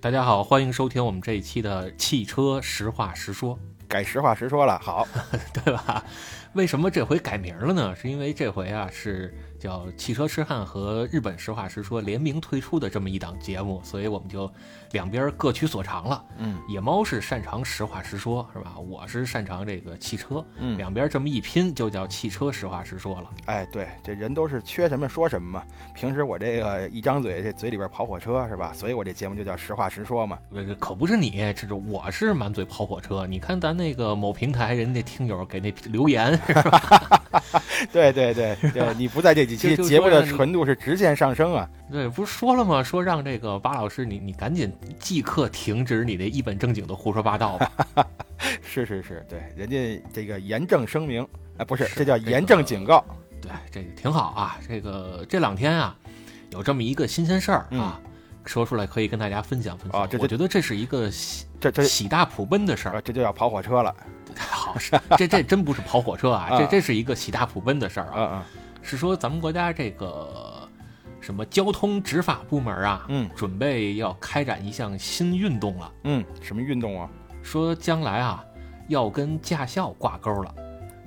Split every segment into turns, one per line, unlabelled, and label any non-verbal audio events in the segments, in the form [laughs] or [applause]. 大家好，欢迎收听我们这一期的汽车实话实说， [laughs]
改实话实说了，好，
对吧？为什么这回改名了呢？是因为这回啊是叫汽车痴汉和日本实话实说联名推出的这么一档节目，所以我们就两边各取所长了。
嗯
野猫是擅长实话实说，是吧？我是擅长这个汽车，
嗯，
两边这么一拼就叫汽车实话实说了。
哎，对，这人都是缺什么说什么嘛。平时我这个一张嘴，这嘴里边跑火车是吧？所以我这节目就叫实话实说嘛。
呃可不是你，这是我是满嘴跑火车。你看咱那个某平台人家听友给那留言，
对对对对，你不在这几期
[laughs] 就就
节目
说
的
让你
纯度是直线上升啊。
对，不是说了吗？说让这个巴老师你你赶紧即刻停止你那一本正经的胡说八道
[laughs]
吧。
是是是，对，人家这个严正声明，哎，不是，
是啊
这叫
这个
严正警告。
对，这个挺好啊。这个这两天啊，有这么一个新鲜事儿啊，说出来可以跟大家分享分享。
嗯啊这
我觉得这是一个喜
这这
喜大普奔的事儿。
啊，这就要跑火车了。
好，是这这真不是跑火车啊，
啊
这这是一个喜大普奔的事儿啊。
嗯
是说咱们国家这个什么交通执法部门啊，
嗯
准备要开展一项新运动了。
嗯嗯，什么运动啊？
说将来啊要跟驾校挂钩了，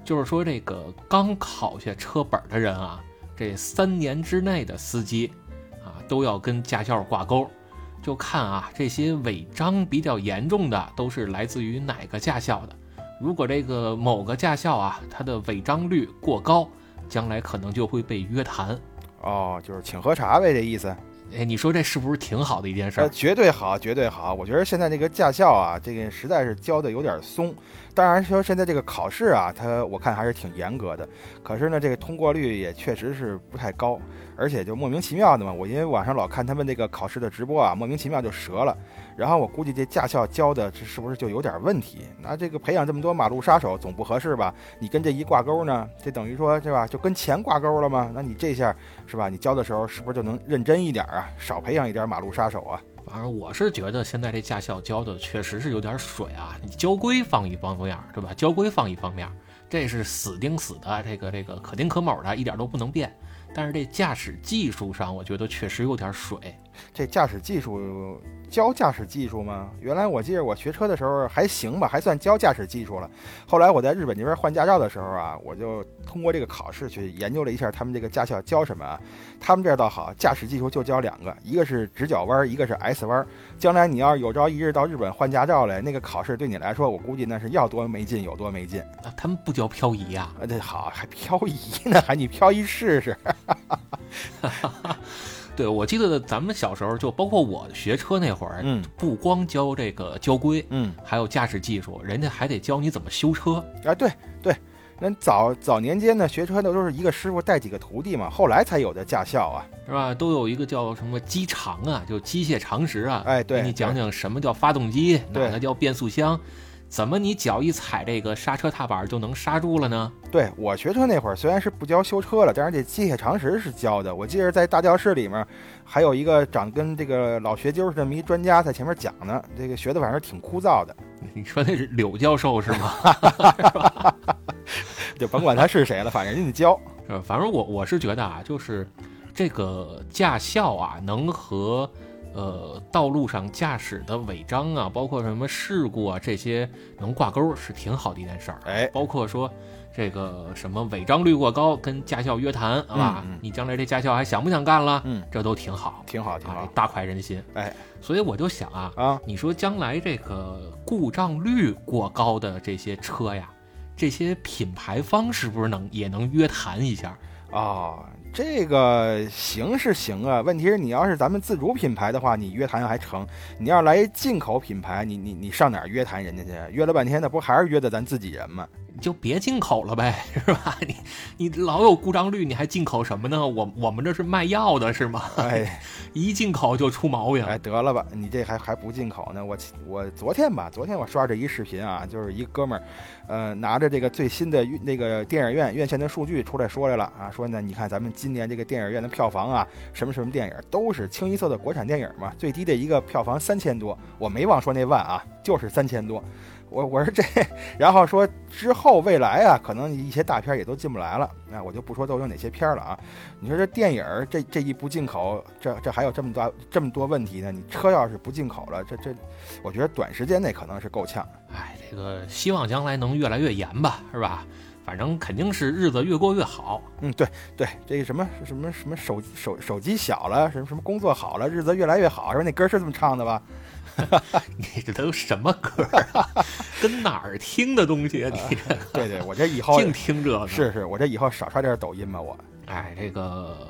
就是说这个刚考下车本的人啊，这三年之内的司机啊都要跟驾校挂钩。就看啊，这些违章比较严重的都是来自于哪个驾校的。如果这个某个驾校啊，它的违章率过高，将来可能就会被约谈。
哦，就是请喝茶呗，这意思。
哎，你说这是不是挺好的一件事
呃，
儿？
绝对好，绝对好。我觉得现在这个驾校啊，这个实在是教的有点松。当然说现在这个考试啊，它我看还是挺严格的。可是呢，这个通过率也确实是不太高，而且就莫名其妙的嘛。我因为网上老看他们那个考试的直播啊，莫名其妙就折了。然后我估计这驾校教的这是不是就有点问题？那这个培养这么多马路杀手总不合适吧？你跟这一挂钩呢，这等于说对吧？就跟钱挂钩了吗？那你这下是吧？你教的时候是不是就能认真一点啊？少培养一点马路杀手啊？
反正我是觉得现在这驾校教的确实是有点水啊，你交规放一方面儿，对吧？交规放一方面儿，这是死盯死的，这个这个可丁可卯的，一点都不能变。但是这驾驶技术上，我觉得确实有点水。
这驾驶技术教驾驶技术吗？原来我记得我学车的时候还行吧，还算教驾驶技术了。后来我在日本这边换驾照的时候啊，我就通过这个考试去研究了一下他们这个驾校教什么啊。他们这儿倒好，驾驶技术就教两个，一个是直角弯，一个是 S 弯。将来你要是有朝一日到日本换驾照来，那个考试对你来说，我估计那是要多没劲有多没劲。
那他们不教漂移啊？
啊，这好还漂移呢，还你漂移试试？
对，我记得咱们小时候，就包括我学车那会儿，
嗯
不光教这个交规，
嗯。
还有驾驶技术，人家还得教你怎么修车。
啊，对对，那早早年间呢，学车的都是一个师傅带几个徒弟嘛，后来才有的驾校啊。
是吧？都有一个叫什么机常啊，就机械常识啊。
哎对
给你讲讲什么叫发动机，
对
哪个叫变速箱，怎么你脚一踩这个刹车踏板就能刹住了呢？
对我学车那会儿，虽然是不教修车了，但是这机械常识是教的。我记得在大教室里面，还有一个长跟这个老学究似的，这么一专家在前面讲呢，这个学的反正挺枯燥的，
你说那是柳教授是吗？ [laughs]
就甭管他是谁了，反正人家教。
是呃吧？反正我我是觉得啊，就是这个驾校啊，能和呃道路上驾驶的违章啊，包括什么事故啊这些能挂钩，是挺好的一件事儿。
哎，
包括说这个什么违章率过高，跟驾校约谈，啊，吧？
嗯嗯
你将来这驾校还想不想干了？
嗯，
这都挺好，
挺好，挺
啊，
好
这大快人心。
哎，
所以我就想啊，
啊。
你说将来这个故障率过高的这些车呀，这些品牌方是不是能也能约谈一下？
哦，这个行是行啊，问题是你要是咱们自主品牌的话，你约谈还成；你要来一进口品牌，你你你上哪儿约谈人家去？约了半天，那不还是约的咱自己人吗？
你就别进口了呗， [laughs] 是吧？你你老有故障率，你还进口什么呢？我我们这是卖药的是吗？
哎
一进口就出毛病。
哎，得了吧，你这还还不进口呢？我我昨天吧，昨天我刷这一视频啊，就是一哥们儿，呃，拿着这个最新的那个电影院院线的数据出来说来了啊，说呢，你看咱们今年这个电影院的票房啊，什么什么电影都是清一色的国产电影嘛，最低的一个票房三千多，我没忘说那万啊，就是三千多。我我说这，然后说之后未来啊，可能一些大片也都进不来了，那我就不说都有哪些片了啊。你说这电影儿这这一不进口，这这还有这么多这么多问题呢？你车要是不进口了，这这，我觉得短时间内可能是够呛。
哎，这个希望将来能越来越严吧，是吧？反正肯定是日子越过越好。 [laughs]
嗯，对对，这个什么什么什么手手手机小了，什么什么工作好了，日子越来越好，是吧？那歌是这么唱的吧？
你这都什么歌啊？跟哪儿听的东西啊？你这
对对，我这以后
净听这个。
是是，我这以后少刷点抖音吧，我。
哎，这个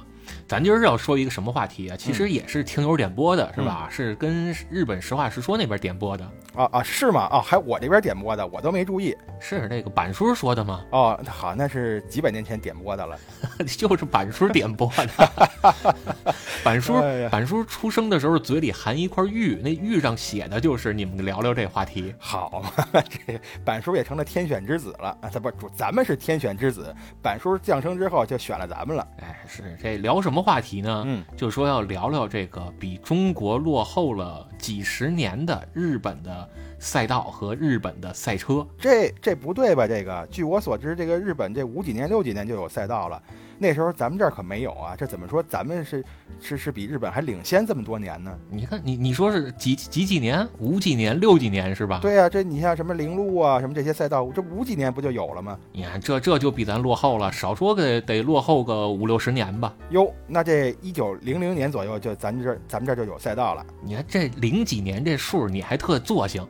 咱今儿要说一个什么话题啊？其实也是听友点播的，是吧？是跟日本实话实说那边点播的，
啊啊，是吗？啊，还我这边点播的，我都没注意。
是那个板叔说的吗？
哦，好，那是几百年前点播的了。
[laughs] 就是板叔点播的。 [laughs] 板叔
哎呀，
板叔出生的时候嘴里含一块玉，那玉上写的就是你们聊聊这话题。
好 [laughs] 嘛，这板叔也成了天选之子了啊！他不是，咱们是天选之子。板叔降生之后就选了咱们了。
哎，是这聊什么话题呢？
嗯，
就说要聊聊这个比中国落后了几十年的日本的赛道和日本的赛车。
这这不对吧？这个，据我所知，这个日本这五几年、六几年就有赛道了，那时候咱们这儿可没有啊。这怎么说？咱们是是是比日本还领先这么多年呢？
你看，你你说是几几几年？五几年？六几年是吧？，
对呀、这你像什么铃鹿啊，什么这些赛道，这五几年不就有了吗？
你看这这就比咱落后了，少说个得落后个五六十年吧。
哟，那这一九零零年左右就咱们这儿咱们这儿就有赛道了。 [laughs]
你看这零几年这数，你还特作性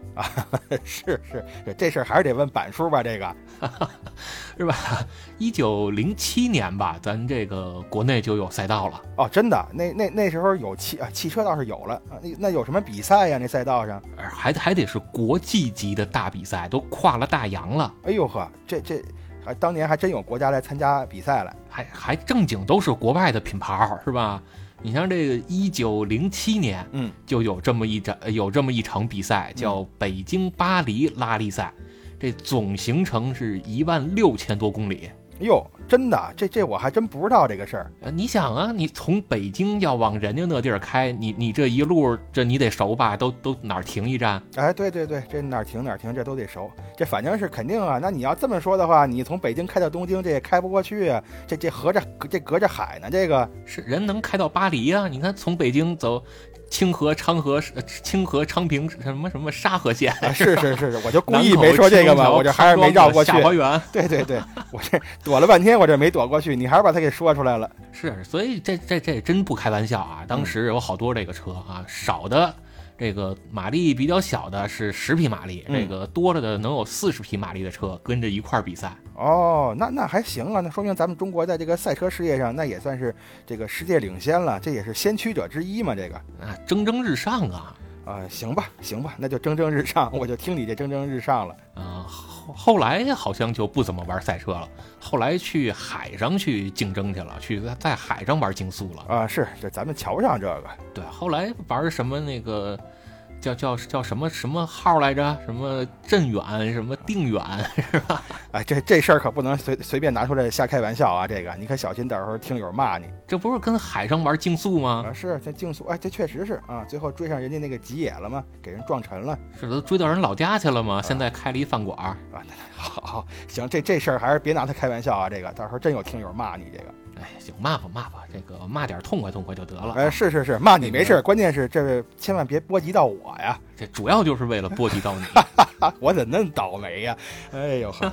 是是是，这事儿还是得问板叔吧。这个
是吧？一九零七年吧，咱这个国内就有赛道了。
哦，真的，那那那时候有汽啊，汽车倒是有了啊。那那有什么比赛呀、那赛道上，
而还还得是国际级的大比赛，都跨了大洋了，
哎呦呵，这这还当年还真有国家来参加比赛了。
还还正经都是国外的品牌儿，是吧？你像这个一九零七年
嗯，
就有这么一场呃有这么一场比赛，叫北京巴黎拉力赛，这总行程是一万六千多公里。
哎呦，真的，这这我还真不知道这个事儿。
呃，你想啊，你从北京要往人家那地儿开，你你这一路这你得熟吧？都都哪儿停一站？
哎，对对对，这哪儿停哪儿停，这都得熟。这反正是肯定啊。那你要这么说的话，你从北京开到东京，这也开不过去啊。这这合着这隔着海呢，这个
是人能开到巴黎啊？你看从北京走清河、昌河、呃清河、昌平什么什么沙河县，
啊，是是是是，我 [laughs] 就故
南
意
口
没说这个
青
嘛，
桥
我这还是没
唐庄
绕过去
下。花园
对对对，我这躲了半天，我这没躲过去，你还是把它给说出来了。
是，所以这这这真不开玩笑啊！当时有好多这个车啊，少的这个马力比较小的是十匹马力，
嗯
这个多了的能有四十匹马力的车跟着一块儿比赛。
哦，那那还行啊，那说明咱们中国在这个赛车事业上，那也算是这个世界领先了，这也是先驱者之一嘛。这个
啊，蒸蒸日上啊！
啊、行吧，行吧，那就蒸蒸日上，我就听你这蒸蒸日上了。
啊，后后来好像就不怎么玩赛车了，后来去海上去竞争去了，去在在海上玩竞速了。
啊、是这咱们瞧不上这个
对，后来玩什么那个叫叫叫什么什么号来着？什么镇远，什么定远，
哎，这这事儿可不能随随便拿出来瞎开玩笑啊！这个你可小心，到时候听友骂你
这不是跟海上玩竞速吗？
啊！是这竞速，哎，这确实是啊，最后追上人家那个吉野了吗？给人撞沉了 [laughs]
是都追到人老家去了吗？现在开了一饭馆儿，
啊！那好，行，这这事儿还是别拿它开玩笑啊！这个到时候真有听友骂你这个。
哎，行骂吧骂吧，这个骂点儿痛快痛快就得了。啊
哎，是是是，骂你没事儿，关键是这位千万别波及到我呀，
这主要就是为了波及到你，
啊我怎么那么倒霉呀？哎呦，呵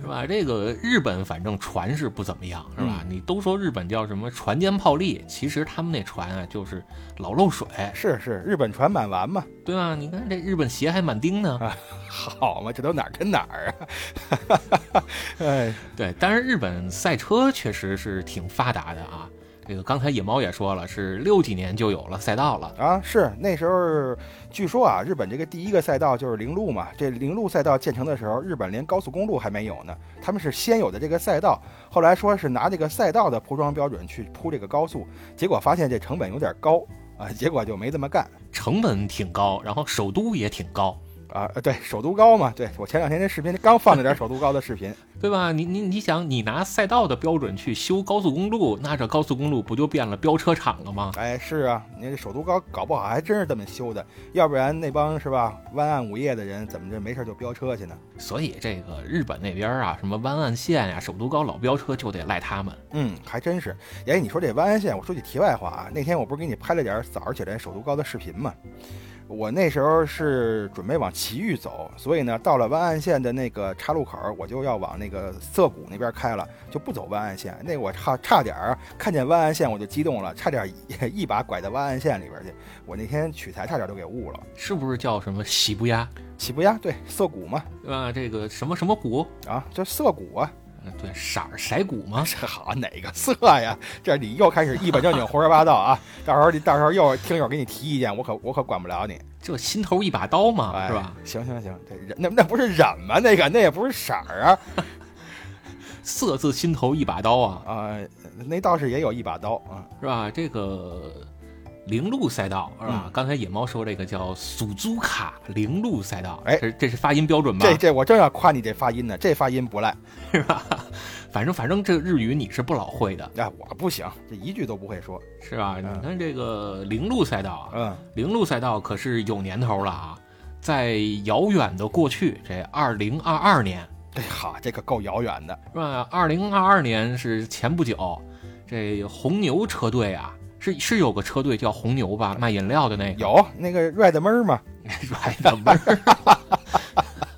是吧？这个日本反正船是不怎么样，是吧？你都说日本叫什么船坚炮利，其实他们那船啊就是老漏水，
是是，日本船满完嘛，
对吧？你看这日本鞋还满钉呢，
好嘛，这都哪儿跟哪儿啊？ [laughs] 哎，
对。但是日本赛车确实是挺发达的啊。这个刚才野猫也说了，是六几年就有了赛道了。
啊，是那时候，据说啊，日本这个第一个赛道就是铃鹿嘛。这铃鹿赛道建成的时候，日本连高速公路还没有呢，他们是先有的这个赛道，后来说是拿这个赛道的铺装标准去铺这个高速，结果发现这成本有点高啊，结果就没这么干。
成本挺高，然后首都也挺高，
啊，呃对，首都高嘛，对我前两天那视频刚放了点首都高的视频， [laughs]
对吧？你你你想，你拿赛道的标准去修高速公路，那这高速公路不就变了飙车场了吗？
哎，是啊，你这首都高搞不好还真是这么修的，要不然那帮是吧湾岸午夜的人怎么着没事就飙车去呢？
所以这个日本那边啊，什么湾岸线呀、首都高老飙车就得赖他们。
嗯，还真是。哎，你说这湾岸线，我说句题外话啊，那天我不是给你拍了点早上起来首都高的视频嘛？我那时候是准备往祁煜走，所以呢，到了湾岸线的那个岔路口，我就要往那个涩谷那边开了，就不走湾岸线。那我差差点儿看见湾岸线我就激动了，差点儿一 [laughs] 把拐到湾岸线里边去。我那天取材差点儿都给误了。
是不是叫什么喜不压？
喜不压对涩谷嘛，
对吧？这个什么什么谷？
啊，这涩谷啊，
呃对，色儿色谷吗？
这好哪个色呀？这你又开始一本正经胡说八道啊！ [laughs] 到时候你到时候又听友给你提意见，我可我可管不了你，
这心头一把刀嘛，
哎
啊是吧？？
行行行，这忍那那不是忍吗？那个那也不是色儿啊哎
色字心头一把刀啊，
啊、那倒是也有一把刀啊。
是吧？这个零路赛道是
嗯
吧？刚才野猫说这个叫苏祖卡零路赛道，
哎
这这是发音标准吧？
这这我正要夸你这发音呢，这发音不赖
是吧？反正反正这日语你是不老会的，
哎，我不行，这一句都不会说。
是吧？
嗯
你看这个零路赛道啊，
嗯，
零路赛道可是有年头了啊，在遥远的过去，这二零二二年
这好，这可够遥远的。
是吧？二零二二年是前不久，这红牛车队啊，是是有个车队叫红牛吧，卖饮料的那个，
有那个 Red 妹儿嘛，
软的味儿。 [laughs]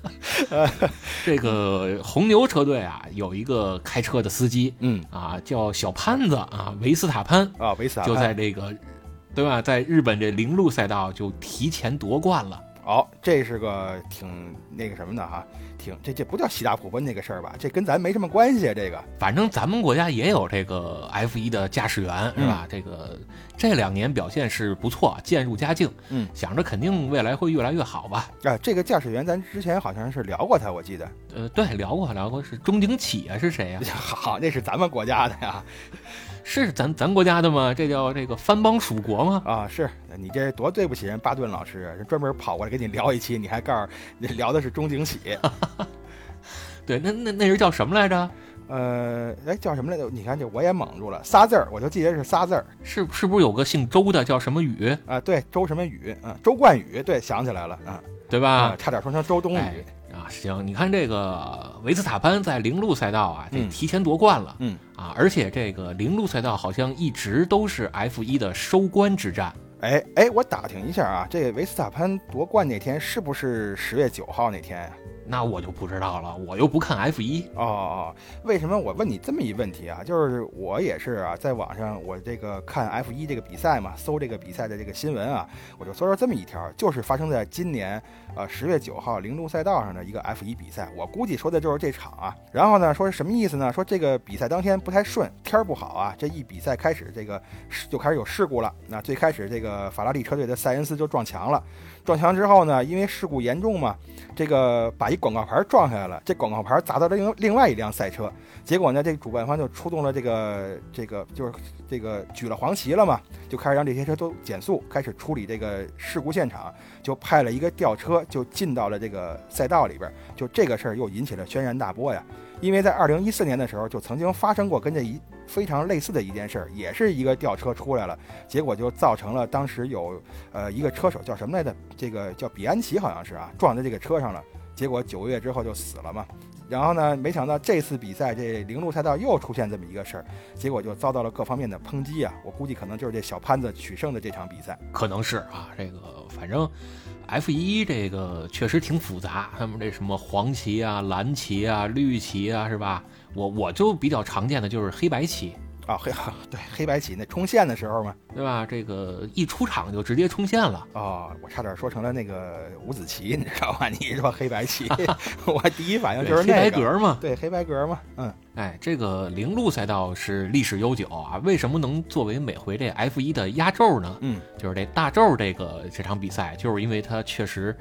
这个红牛车队啊，有一个开车的司机
嗯
啊，叫小潘子啊，维斯塔潘，
啊，维斯塔
就
潘
在这个，对吧？在日本这零路赛道就提前夺冠了。
好、哦这是个挺那个什么的哈，挺这这不叫喜大普奔那个事儿吧？这跟咱没什么关系啊，这个
反正咱们国家也有这个 F 1的驾驶员，是吧？这个这两年表现是不错，渐入佳境。
嗯
想着肯定未来会越来越好吧。
啊，这个驾驶员咱之前好像是聊过他，我记得。 [laughs]
呃，对，聊过聊过，是钟景启啊，是谁呀、
好，那是咱们国家的呀
是咱咱国家的吗？这叫这个藩邦属国吗？
啊，是你这多对不起人巴顿老师，啊人专门跑过来跟你聊一期，你还告诉你聊的是钟景喜，
对，那那那人叫什么来着？
呃，哎叫什么来着？你看这我也蒙住了，仨字儿，我就记得是仨字儿
是是不是有个姓周的叫什么宇，
啊，对，周什么宇，啊，周冠宇，对，想起来了啊
对吧？
差点说成周冬
哎
雨，
啊，行，你看这个维斯塔潘在零路赛道啊，这
嗯
提前夺冠了，
嗯
啊，而且这个零路赛道好像一直都是 F 1的收官之战，
哎哎，我打听一下啊，这维斯塔潘夺冠那天是不是十月九号那天呀、
那我就不知道了，我又不看 F 1
哦哦，为什么我问你这么一问题啊？就是我也是啊，在网上我这个看 F 一这个比赛嘛，搜这个比赛的这个新闻啊，我就搜到这么一条，就是发生在今年呃十月九号零度赛道上的一个 F 一比赛，我估计说的就是这场啊。然后呢，说是什么意思呢？说这个比赛当天不太顺，天儿不好啊，这一比赛开始这个就开始有事故了。那最开始这个法拉利车队的塞恩斯就撞墙了，撞墙之后呢，因为事故严重嘛，这个把一广告牌撞下来了，这广告牌砸到了另另外一辆赛车，结果呢，这个主办方就出动了这个这个就是这个举了黄旗了嘛，就开始让这些车都减速，开始处理这个事故现场，就派了一个吊车就进到了这个赛道里边儿，就这个事儿又引起了轩然大波呀，因为在二零一四年的时候就曾经发生过跟这一非常类似的一件事儿，也是一个吊车出来了，结果就造成了当时有呃，一个车手叫什么来着？这个叫比安奇，好像是啊，撞在这个车上了，结果九个月之后就死了嘛。然后呢，没想到这次比赛这零路赛道又出现这么一个事儿，结果就遭到了各方面的抨击啊。我估计可能就是这小潘子取胜的这场比赛。
可能是啊，这个反正 F 1这个确实挺复杂，他们这什么黄旗啊、蓝旗啊、绿旗啊，是吧？我我就比较常见的就是黑白旗，
啊，黑对黑白棋那冲线的时候嘛，
对吧？这个一出场就直接冲线了。
哦，我差点说成了那个五子棋，你知道吗？你一说黑白棋， [laughs] 我第一反应哎就是
黑
那
白
个，
格嘛，
对黑白格嘛，嗯，
哎，这个零路赛道是历史悠久啊，为什么能作为每回这 F 1的压轴呢？
嗯，
就是这大轴这个这场比赛，就是因为它确实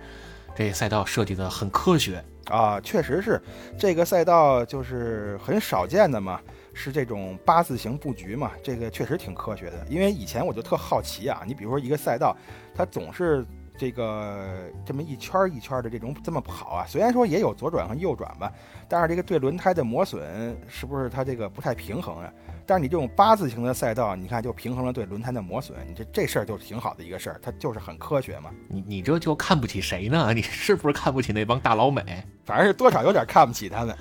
这赛道设计的很科学，
啊，确实是这个赛道就是很少见的嘛，是这种八字形布局嘛，这个确实挺科学的。因为以前我就特好奇啊，你比如说一个赛道，它总是这个这么一圈儿一圈儿的这种这么跑啊，虽然说也有左转和右转吧，但是这个对轮胎的磨损是不是它这个不太平衡啊？但是你这种八字形的赛道，你看就平衡了对轮胎的磨损，你这这事儿就挺好的一个事儿，它就是很科学嘛。
你你这就看不起谁呢？ [laughs] 你是不是看不起那帮大老美？
反正是多少有点看不起他们。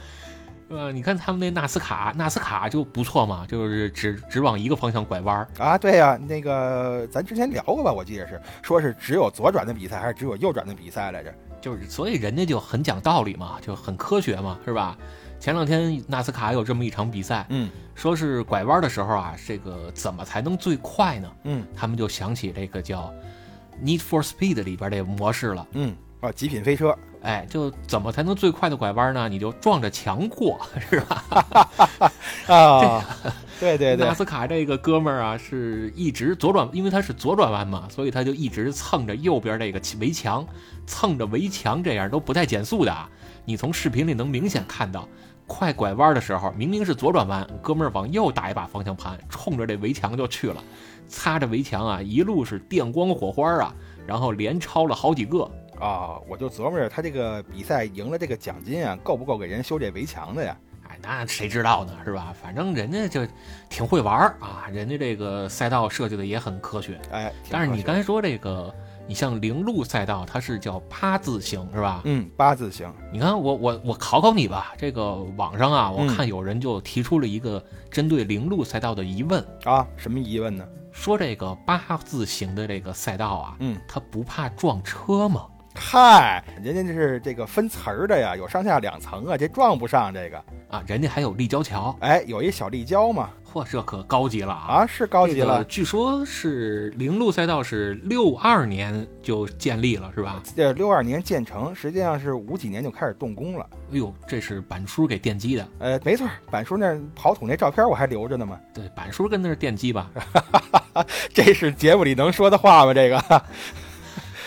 呃，你看他们那纳斯卡，纳斯卡就不错嘛，就是只只往一个方向拐弯儿。
啊，对呀、那个咱之前聊过吧？我记得是说是只有左转的比赛，还是只有右转的比赛来着？
就是所以人家就很讲道理嘛，就很科学嘛，是吧？前两天纳斯卡有这么一场比赛，
嗯
说是拐弯的时候啊，这个怎么才能最快呢？
嗯
他们就想起这个叫《Need for Speed》里边这个模式了。
嗯，啊，极品飞车，
哎，就怎么才能最快的拐弯呢？你就撞着墙过，是吧？
啊，对对对
纳，斯卡这个哥们儿啊，是一直左转，因为他是左转弯嘛，所以他就一直蹭着右边这个围墙，蹭着围墙这样都不带减速的啊。你从视频里能明显看到，快拐弯的时候，明明是左转弯，哥们儿往右打一把方向盘，冲着这围墙就去了，擦着围墙啊，一路是电光火花啊，然后连超了好几个。
啊，我就琢磨着他这个比赛赢了这个奖金啊，够不够给人修这围墙的呀？
哎，那谁知道呢，是吧？反正人家就挺会玩儿啊，人家这个赛道设计的也很科学。
哎，挺
但是你
科学
刚才说这个，你像零路赛道，它是叫八字形，是吧？
嗯八字形，
你看我我我考考你吧，这个网上啊，我
嗯
看有人就提出了一个针对零路赛道的疑问，
啊，什么疑问呢？
说这个八字形的这个赛道啊，
嗯，
它不怕撞车吗？
嗨，人家这是这个分层儿的呀，有上下两层啊，这撞不上这个。
啊，人家还有立交桥，
哎，有一小立交嘛，
嚯，这可高级了啊！
啊，是高级
这个
了。
据说是零路赛道是六二年就建立了，是吧？
这呃六二年建成，实际上是五几年就开始动工了。
哎呦，这是板叔给奠基的。
呃，没错儿，板叔那儿刨土那照片我还留着呢嘛。 [laughs]
对，板叔跟那儿奠基吧，
这是节目里能说的话吗？这个？ [laughs]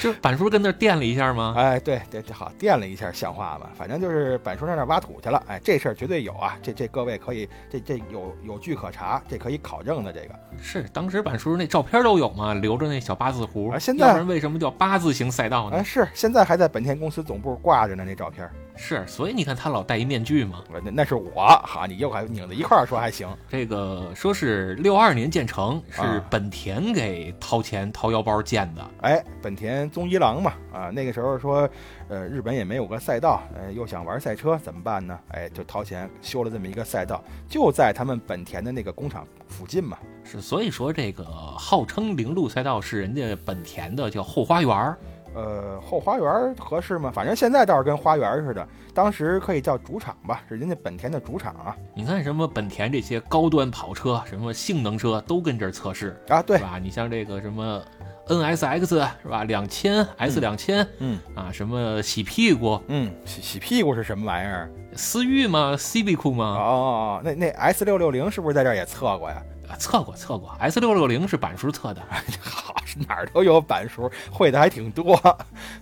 这板叔跟那儿垫了一下吗？
哎，对对，这好垫了一下，像话吗？反正就是板叔那儿那儿挖土去了。哎，这事儿绝对有啊，这这各位可以，这这有有据可查，这可以考证的。这个
是，当时板叔那照片都有嘛，留着那小八字胡。
啊现
要
在
不然为什么叫八字形赛道呢？
哎是现在还在本田公司总部挂着呢，那照片。呃
是，所以你看他老戴一面具嘛。
我那那是我哈，你又还拧在一块儿说还行
这个说是六二年建成，是
啊
本田给掏钱掏腰包建的。
哎，本田宗一郎嘛，啊，那个时候说，呃，日本也没有个赛道，呃，又想玩赛车怎么办呢？哎，就掏钱修了这么一个赛道，就在他们本田的那个工厂附近嘛。
是，所以说这个号称零路赛道是人家本田的叫后花园儿。
呃，后花园合适吗？反正现在倒是跟花园似的，当时可以叫主场吧，是人家本田的主场啊。
你看什么本田这些高端跑车，什么性能车都跟这儿测试，
啊，对
是，吧？你像这个什么 NSX 是吧？两千 S 两千
嗯
啊，什么洗屁股，
嗯，洗洗屁股是什么玩意儿？
思域吗？CB 酷
哦
吗？
哦哦，那那 S 六六零是不是在这儿也测过呀？ [laughs]
啊测过测过，S 六六零是板叔测
哎
的。
好，哪儿都有板叔，会的还挺多。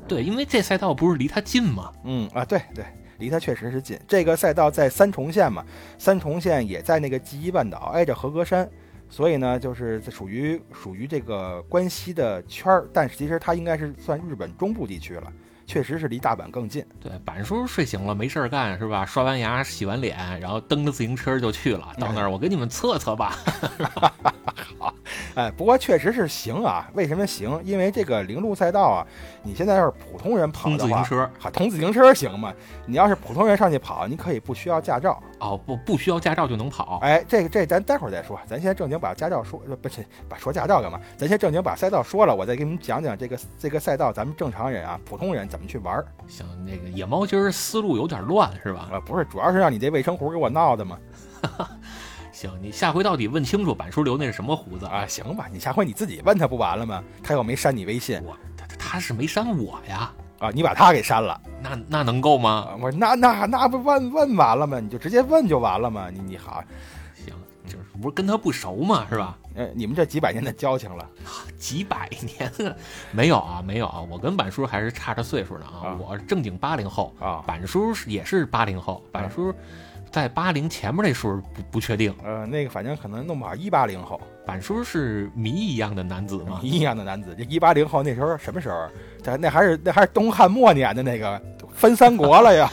对，因为这赛道不是离它近吗？
嗯啊，对对，离它确实是近。这个赛道在三重县嘛，三重县也在那个纪伊半岛，挨着和歌山，所以呢，就是这属于属于这个关西的圈儿，但是其实它应该是算日本中部地区了，确实是离大阪更近。
对，板叔睡醒了没事儿干是吧？刷完牙、洗完脸，然后蹬着自行车就去了。到
嗯
那儿我给你们测测吧。
哎，不过确实是行啊，为什么行？因为这个零路赛道啊，你现在要是普通人跑
蹬
的
自行
话，
车
啊，通自行车行吗？你要是普通人上去跑，你可以不需要驾照。
哦，不不需要驾照就能跑。
哎，这个这咱待会儿再说，咱先正经把驾照说，呃不是把说驾照干嘛？咱先正经把赛道说了，我再给你们讲讲这个这个赛道，咱们正常人啊，普通人怎么去玩儿
像那个野猫今儿思路有点乱是吧？
啊？不是，主要是让你这卫生壶给我闹的嘛。
行，你下回到底问清楚板叔留那是什么胡子哎
啊，？行吧，你下回你自己问他不完了吗？他又没删你微信
我他他他是没删我呀，
啊，你把他给删了
那那能够吗？
啊？我说那那那不问问完了吗？你就直接问就完了吗？你你好，
行，就是不是跟他不熟嘛是吧？
呃，你们这几百年的交情了
几百年没有啊，没有啊，我跟板叔还是差着岁数呢啊，
啊
我正经八零后，
啊
板叔是也是八零后，板叔在八零前面那数不不确定。
呃，那个反正可能弄不好一八零后，
板叔是谜一样的男子
[laughs]
嘛，
一啊样的男子。这一八零后那时候什么时候？这那还是那还是东汉末年的那个分三国了呀。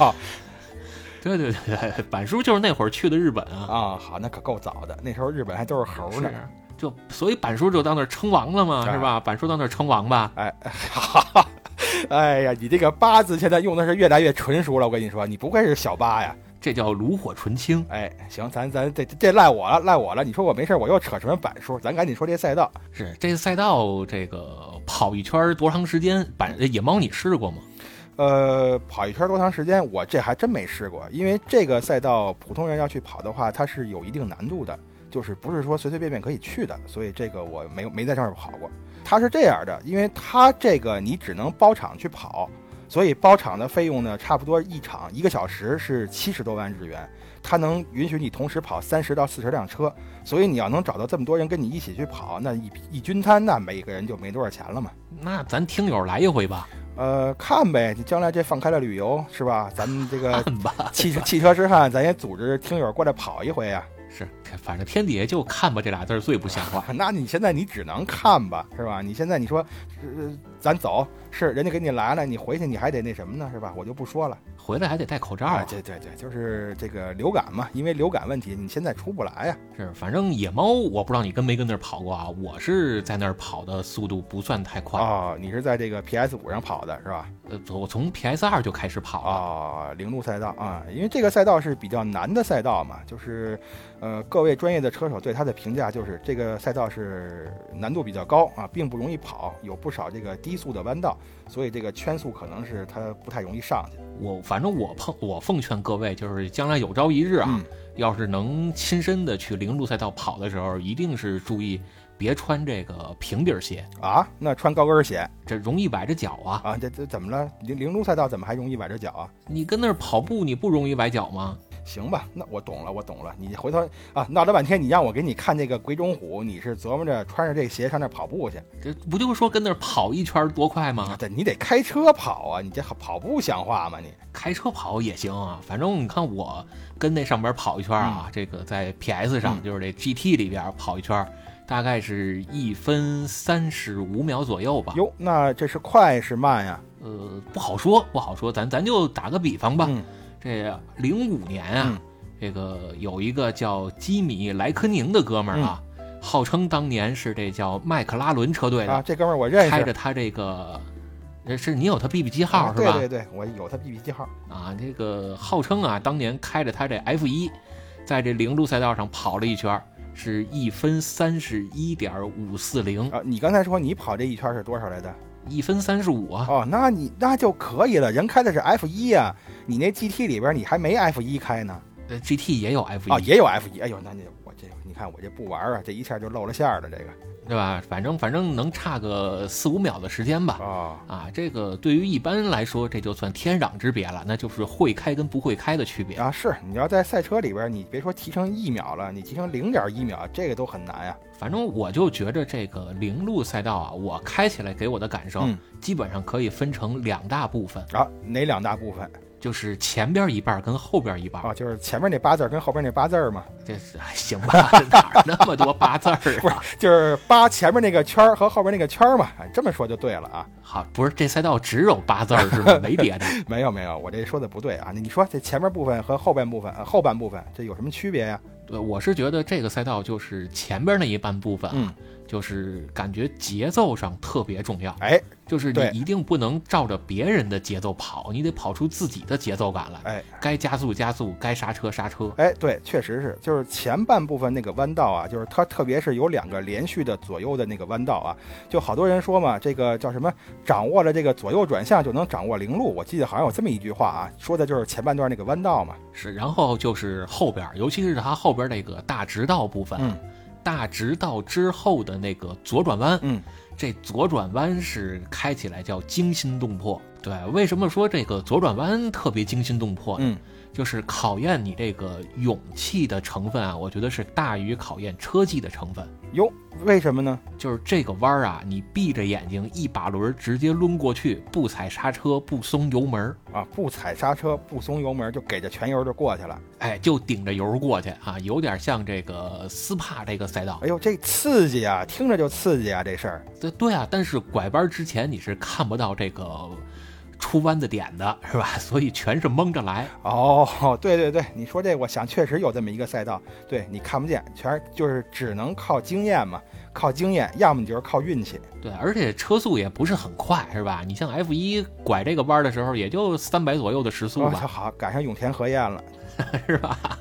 对对对对，板叔就是那会儿去的日本啊，
啊，好，那可够早的。那时候日本还都是猴呢。
是就所以板叔就到那儿称王了嘛，
对
是吧？板叔到那儿称王吧，
[laughs] 哎呀，你这个八字现在用的是越来越纯熟了，我跟你说，你不愧是小八呀。
这叫炉火纯青。
哎，行，咱咱这这赖我了，赖我了。你说我没事，我又扯什么板书？咱赶紧说这赛道。
是这赛道这个跑一圈儿多长时间？板野猫你试过吗？
呃，跑一圈多长时间？我这还真没试过，因为这个赛道普通人要去跑的话，它是有一定难度的，就是不是说随随便便可以去的，所以这个我没有没在上面跑过。它是这样的，因为它这个你只能包场去跑，所以包场的费用呢，差不多一场一个小时是七十多万日元。它能允许你同时跑三十到四十辆车，所以你要能找到这么多人跟你一起去跑，那一一均摊，那每个人就没多少钱了嘛。
那咱听友来一回吧，
呃，看呗，你将来这放开了旅游是吧？咱们这
[laughs]
个
看吧。
汽车汽车之汉，咱也组织听友过来跑一回呀、啊
是，反正天底下就看吧这俩字儿最不像话。
那你现在你只能看吧，是吧？你现在你说，呃、咱走是人家给你来了，你回去你还得那什么呢，是吧？我就不说了
回来还得戴口罩
啊
啊。
对对对，就是这个流感嘛，因为流感问题，你现在出不来啊呀、
是，反正野猫我不知道你跟没跟那儿跑过啊，我是在那儿跑的速度不算太快，
哦，你是在这个 PS 五上跑的是吧？
呃，我从 PS 二就开始跑了。
啊、零路赛道啊，因为这个赛道是比较难的赛道嘛，就是，呃，各位专业的车手对它的评价就是这个赛道是难度比较高啊，并不容易跑，有不少这个低速的弯道，所以这个圈速可能是它不太容易上去
我反正我碰我奉劝各位，就是将来有朝一日啊，
嗯
要是能亲身的去零路赛道跑的时候，一定是注意别穿这个平底儿鞋，
啊。那穿高跟鞋
这容易崴着脚啊。
啊，这这怎么了？零零路赛道怎么还容易崴着脚啊？
你跟那儿跑步，你不容易崴脚吗？
行吧，那我懂了，我懂了。你回头啊，闹了半天，你让我给你看这个鬼冢虎，你是琢磨着穿着这鞋上那儿跑步去
这不就是说跟那儿跑一圈儿多快
啊？
吗？
对，你得开车跑啊，你这跑步像话吗你？
开车跑也行啊，反正你看我跟那上边跑一圈儿啊，这个在 PS 上、
嗯
就是这 GT 里边跑一圈儿，大概是一分三十五秒左右吧。
哟，那这是快是慢呀？
呃，不好说，不好说，咱咱就打个比方吧。
嗯
这零五年啊，
嗯
这个有一个叫基米莱科宁的哥们儿啊，号称当年是这叫麦克拉伦车队的，
嗯啊，这哥们儿我认
开
识，
着他这个，呃是你有他 BB 机号、
啊
是吧？
对对对，我有他 BB 机号。
啊，这个号称啊，当年开着他这 F 一，在这零路赛道上跑了一圈儿，是一分三十一点五四零，
啊，你刚才说你跑这一圈是多少来的？
一分三十五啊。
哦，那你那就可以了，人开的是 F 一呀、你那 GT 里边你还没 F 一开呢。
呃 GT 也有 F 一、
啊，也有 F 一。哎呦，那你我这你看我这不玩啊，这一下就露了馅儿了这个。
对吧？反正反正能差个四五秒的时间吧。
啊
啊，这个对于一般来说，这就算天壤之别了，那就是会开跟不会开的区别。
啊，是你要在赛车里边，你别说提升一秒了，你提升零点一秒，这个都很难啊呀、
反正我就觉着这个零路赛道啊，我开起来给我的感受，
嗯
基本上可以分成两大部分，
啊。哪两大部分
就是前边一半儿跟后边一半儿。
啊？就是前面那八字儿跟后边那八字儿嘛。
这是哎行吧？ [laughs] 这哪儿那么多八字儿啊？
就是扒前面那个圈儿和后边那个圈儿嘛，哎这么说就对了啊。
好，不是这赛道只有八字儿是吗？没别的。
没有没有，我这说的不对啊。你你说这前面部分和后半部分、呃后半部分这有什么区别呀、
对，呃我是觉得这个赛道就是前边那一半部分啊，
嗯
就是感觉节奏上特别重要，
哎
就是你
对
一定不能照着别人的节奏跑，你得跑出自己的节奏感来。
哎
该加速加速，该刹车刹车。
哎，对，确实是，就是前半部分那个弯道啊，就是它特别是有两个连续的左右的那个弯道啊，就好多人说嘛，这个叫什么，掌握了这个左右转向就能掌握零路。我记得好像有这么一句话啊，说的就是前半段那个弯道嘛。
是，然后就是后边儿，尤其是它后边儿那个大直道部分，
嗯
大直道之后的那个左转弯，
嗯，
这左转弯是开起来叫惊心动魄。对，为什么说这个左转弯特别惊心动魄呢？
嗯
就是考验你这个勇气的成分啊，我觉得是大于考验车技的成分。
哟，为什么呢？
就是这个弯儿啊，你闭着眼睛一把轮儿直接抡过去，不踩刹车，不松油门儿，
啊，不踩刹车，不松油门，就给着全油就过去了。
哎，就顶着油过去啊，有点像这个斯帕这个赛道。
哎呦，这刺激啊，听着就刺激啊，这事儿。
对对啊，但是拐弯之前你是看不到这个出弯的点的，是吧？ [laughs] 所以全是蒙着来。
哦，对对对，你说这，我想确实有这么一个赛道，对你看不见，全是就是只能靠经验嘛，靠经验，要么你就是靠运气。
对，而且车速也不是很快，是吧？你像 F 一拐这个弯儿的时候，也就三百左右的时速
哦，
吧，
好，赶上永田和彦了。
是吧？ [laughs]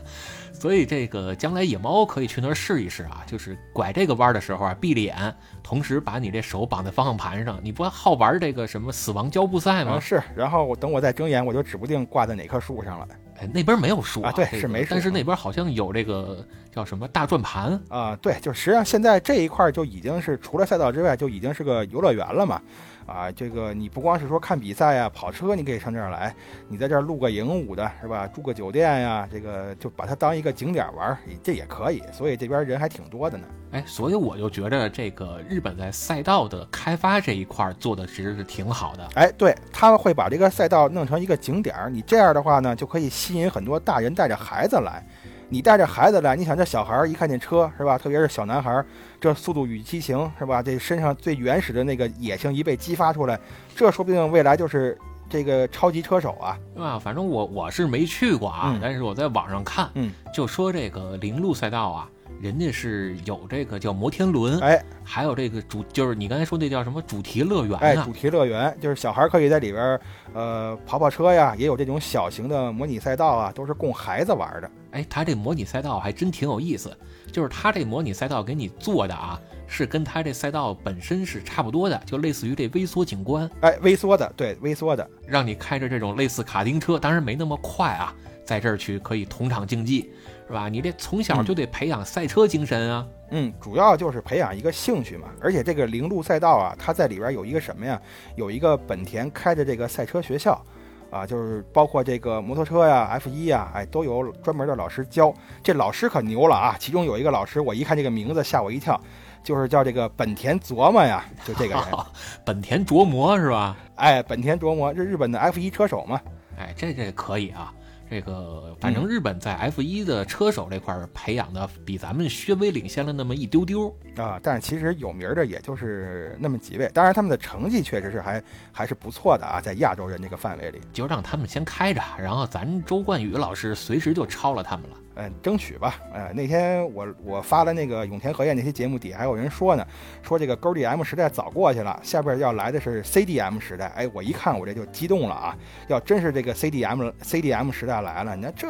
所以这个将来野猫可以去那儿试一试啊，就是拐这个弯儿的时候啊，闭着眼，同时把你这手绑在方向盘上，你不好玩这个什么死亡交步赛
啊，
吗？
是，然后我等我再睁眼，我就指不定挂在哪棵树上了
哎，那边没有树
啊对
这个
是没树
但是那边好像有这个叫什么大转盘，
啊、对，就实际上现在这一块儿就已经是除了赛道之外，就已经是个游乐园了嘛。啊，这个你不光是说看比赛啊、跑车，你可以上这儿来，你在这儿露个营舞的是吧？住个酒店呀、这个就把它当一个景点儿玩儿，也这也可以。所以这边人还挺多的呢。
哎，所以我就觉着这个日本在赛道的开发这一块儿做的其实是挺好的。
哎，对，他们会把这个赛道弄成一个景点儿。你这样的话呢，就可以吸引很多大人带着孩子来。你带着孩子来，你想这小孩儿一看见车是吧？特别是小男孩儿，这速度与激情是吧？这身上最原始的那个野性一被激发出来，这说不定未来就是这个超级车手啊！
啊，反正我我是没去过啊，
嗯
但是我在网上看，
嗯，
就说这个铃鹿赛道啊，人家是有这个叫摩天轮，
哎
还有这个主就是你刚才说那叫什么主题乐园
哎，
啊
主，题乐园就是小孩儿可以在里边儿呃跑跑车呀，也有这种小型的模拟赛道啊，都是供孩子玩儿的。
哎，它这模拟赛道还真挺有意思，就是它这模拟赛道给你做的啊，是跟它这赛道本身是差不多的，就类似于这微缩景观，
哎，微缩的，对，微缩的。
让你开着这种类似卡丁车，当然没那么快啊，在这儿去可以同场竞技，是吧？你这从小就得培养赛车精神啊。
嗯，主要就是培养一个兴趣嘛。而且这个铃鹿赛道啊，它在里边有一个什么呀？有一个本田开的这个赛车学校，啊，就是包括这个摩托车呀、F 一呀，哎，都有专门的老师教。这老师可牛了啊！其中有一个老师，我一看这个名字吓我一跳，就是叫这个本田琢磨呀，就这个人。
[laughs] 本田琢磨是吧？
哎，本田琢磨，这日本的 F 一车手嘛。
哎，这这可以啊。这个反
嗯
正日本在 F 一的车手这块儿培养的比咱们稍微领先了那么一丢丢。
啊，但是其实有名儿的也就是那么几位，当然他们的成绩确实是还还是不错的啊，在亚洲人这个范围里。
就让他们先开着，然后咱周冠宇老师随时就超了他们了。
嗯，争取吧。呃，那天我我发了那个永田和彦那期节目底下还有人说呢，说这个勾 DM 时代早过去了，下边要来的是 CDM 时代。哎，我一看我这就激动了啊！要真是这个 CDM CDM 时代来了，你看这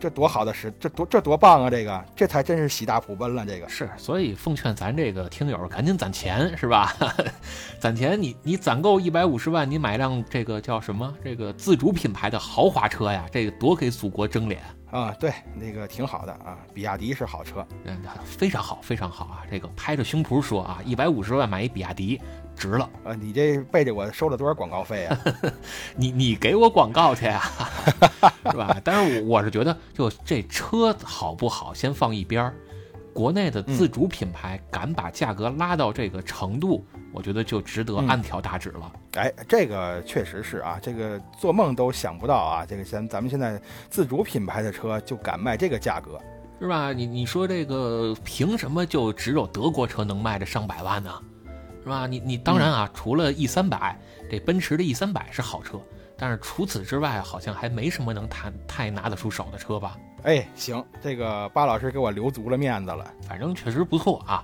这多好的时，这多这多棒啊！这个这才真是喜大普奔了。这个
是，所以奉劝咱这个听友赶紧攒钱，是吧？ [laughs] 攒钱你，你攒够一百五十万，你买辆这个叫什么？这个自主品牌的豪华车呀，这个多给祖国争脸，
啊、对，那个挺好的啊。比亚迪是好车，
嗯，非常好，非常好啊！这个拍着胸脯说啊，一百五十万买一比亚迪，值了。
呃，你这背着我收了多少广告费啊？
你你给我广告去呀、啊 [laughs] 是吧？但是我我是觉得，就这车好不好，先放一边儿。国内的自主品牌敢把价格拉到这个程度，我觉得就值得
嗯
按条大指了。
哎，这个确实是啊，这个做梦都想不到啊！这个咱咱们现在自主品牌的车就敢卖这个价格，
是吧？你你说这个凭什么就只有德国车能卖这上百万呢？是吧？你你当然啊，除了 E 三百，这奔驰的 E 三百是好车，但是除此之外，好像还没什么能谈太拿得出手的车吧？
哎，行，这个巴老师给我留足了面子了。
反正确实不错啊。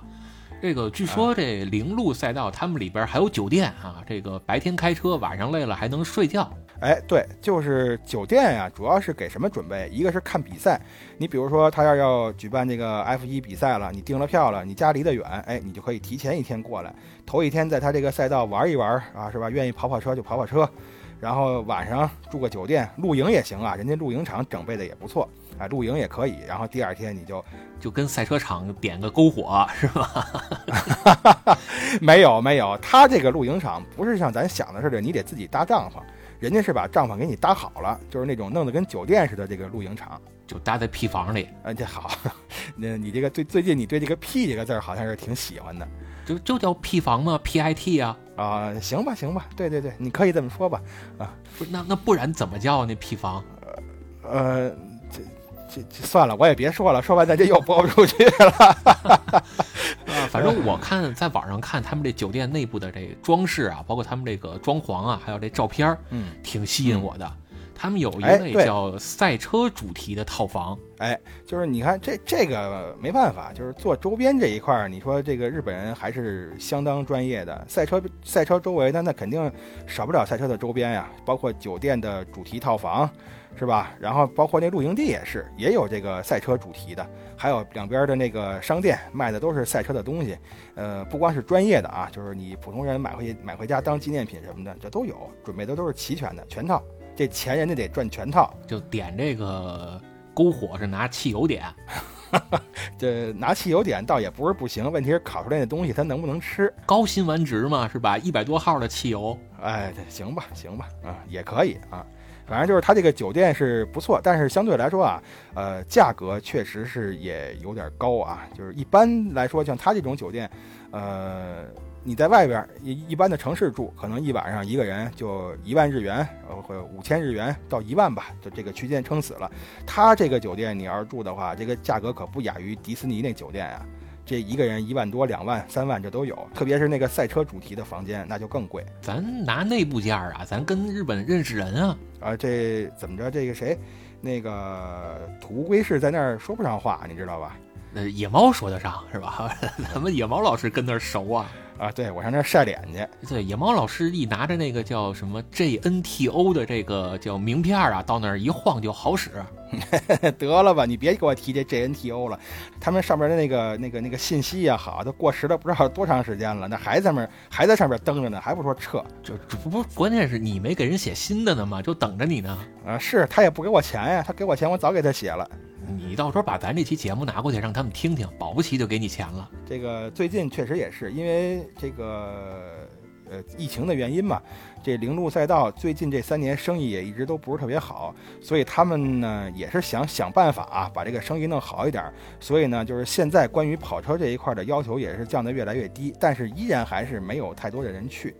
这个据
哎
说这铃鹿赛道他们里边还有酒店啊，这个白天开车，晚上累了还能睡觉。
哎，对，就是酒店呀、主要是给什么准备？一个是看比赛，你比如说他要要举办这个 F 一比赛了，你订了票了，你家离得远，哎，你就可以提前一天过来，头一天在他这个赛道玩一玩啊，是吧？愿意跑跑车就跑跑车，然后晚上住个酒店，露营也行啊，人家露营场整备的也不错啊，露营也可以。然后第二天你就 [laughs]
就跟赛车场点个篝火是吧？
没有没有，他这个露营场不是像咱想的似的，你得自己搭帐篷，人家是把帐篷给你搭好了，就是那种弄得跟酒店似的这个露营场。
就搭在屁房里，
啊，这好， [laughs] 那你这个最最近你对这个“屁”这个字儿好像是挺喜欢的
就就叫屁房吗？PIT 啊，
啊、行吧，行吧，对对对，你可以这么说吧。
不是那那不然怎么叫那屁房？
呃，这这这算了，我也别说了，说完咱这又播不出去了。 [laughs]
啊反正我看在网上看他们这酒店内部的这装饰啊，包括他们这个装潢啊，还有这照片儿，
嗯，
挺吸引我的。他们有一
哎
类
对
叫赛车主题的套房，
就是你看这这个没办法，就是做周边这一块儿，你说这个日本人还是相当专业的。赛车赛车周围呢，那肯定少不了赛车的周边呀，包括酒店的主题套房，是吧？然后包括那露营地也是，也有这个赛车主题的，还有两边的那个商店卖的都是赛车的东西。呃，不光是专业的啊，就是你普通人买回买回家当纪念品什么的，这都有，准备的都是齐全的，全套。这钱人家得赚全套，
就点这个篝火是拿汽油点，
这拿汽油点倒也不是不行，问题是烤出来的东西它能不能吃？
高辛烷值嘛是吧？一百多号的汽油，
哎，对行吧，行吧，啊，也可以啊。反正就是它这个酒店是不错，但是相对来说啊，呃，价格确实是也有点高啊。就是一般来说，像它这种酒店，呃，你在外边儿一一般的城市住，可能一晚上一个人就一万日元，呃，或者五千日元到一万吧，就这个区间撑死了。它这个酒店你要是住的话，这个价格可不亚于迪士尼那酒店啊。这一个人一万多、两万、三万这都有，特别是那个赛车主题的房间，那就更贵。
咱拿内部价啊，咱跟日本认识人啊，
啊，这怎么着？这个谁，那个土乌龟是在那儿说不上话，你知道吧？
呃，野猫说得上是吧？ [laughs] 咱们野猫老师跟那儿熟啊。
啊，对我上那儿晒脸去， [laughs]
对，野猫老师一拿着那个叫什么 JNTO 的这个叫名片儿啊，到那儿一晃就好使。
得了吧，你别给我提这 JNTO 了，他们上面的那个那个那个信息也好，都过时了不知道多长时间了，那还在那儿还在上面登着呢，还不说撤
就这不不，关键是你没给人写新的呢嘛，就等着你呢。
啊？是他也不给我钱呀，他给我钱我早给他写了。
你到时候把咱这期节目拿过去，让他们听听，保不齐就给你钱了。
这个最近确实也是因为这个呃疫情的原因嘛，这零路赛道最近这三年生意也一直都不是特别好，所以他们呢也是想想办法啊，把这个生意弄好一点儿。所以呢，就是现在关于跑车这一块的要求也是降得越来越低，但是依然还是没有太多的人去。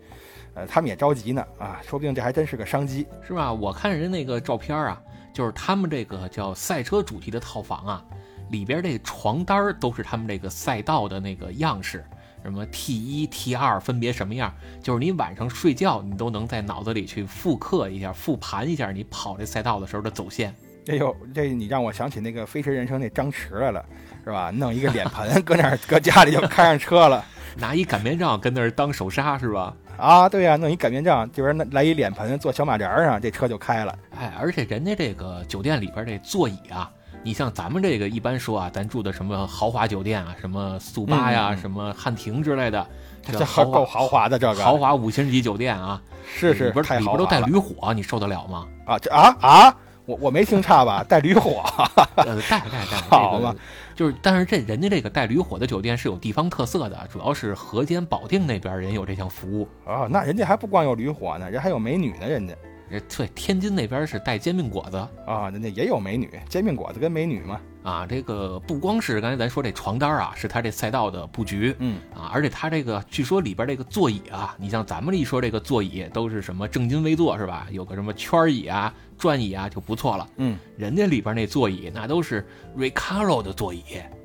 呃，他们也着急呢啊，说不定这还真是个商机。
是吧？我看人那个照片啊，就是他们这个叫赛车主题的套房啊，里边这床单儿都是他们这个赛道的那个样式，什么 T 一、T 二分别什么样，就是你晚上睡觉，你都能在脑子里去复刻一下、复盘一下你跑这赛道的时候的走线。
哎呦，这你让我想起那个《飞驰人生》那张弛来了，是吧？弄一个脸盆搁那儿，搁家里就开上车了。
拿一擀面杖跟那儿当手刹是吧？
啊，对呀、弄一擀面杖，就是那来一脸盆，坐小马扎儿上，这车就开了。
哎，而且人家这个酒店里边这座椅啊，你像咱们这个一般说啊，咱住的什么豪华酒店啊，什么速八呀、
嗯嗯嗯
什么汉庭之类的，
这
个
还
豪
够
华
豪华的，这个
豪华五星级酒店啊，
是是
里边
太
里
豪
边都
华
带
了
驴火，你受得了
[laughs]
吗？
啊！这啊啊，我我没听差吧？带驴火 [laughs]
呃，带带带，
好
这
嘛
个就是，但是这人家这个带驴火的酒店是有地方特色的，主要是河间保定那边人有这项服务，
啊，那人家还不光有驴火呢，人还有美女呢，人家
呃对，天津那边是带煎饼果子。
啊，人家也有美女，煎饼果子跟美女嘛，
啊，这个不光是刚才咱说这床单啊，是它这赛道的布局，
嗯
啊，而且它这个据说里边这个座椅啊，你像咱们一说这个座椅都是什么正襟危坐是吧？有个什么圈椅啊、转椅啊就不错了，
嗯
人家里边那座椅那都是 Recaro 的座椅，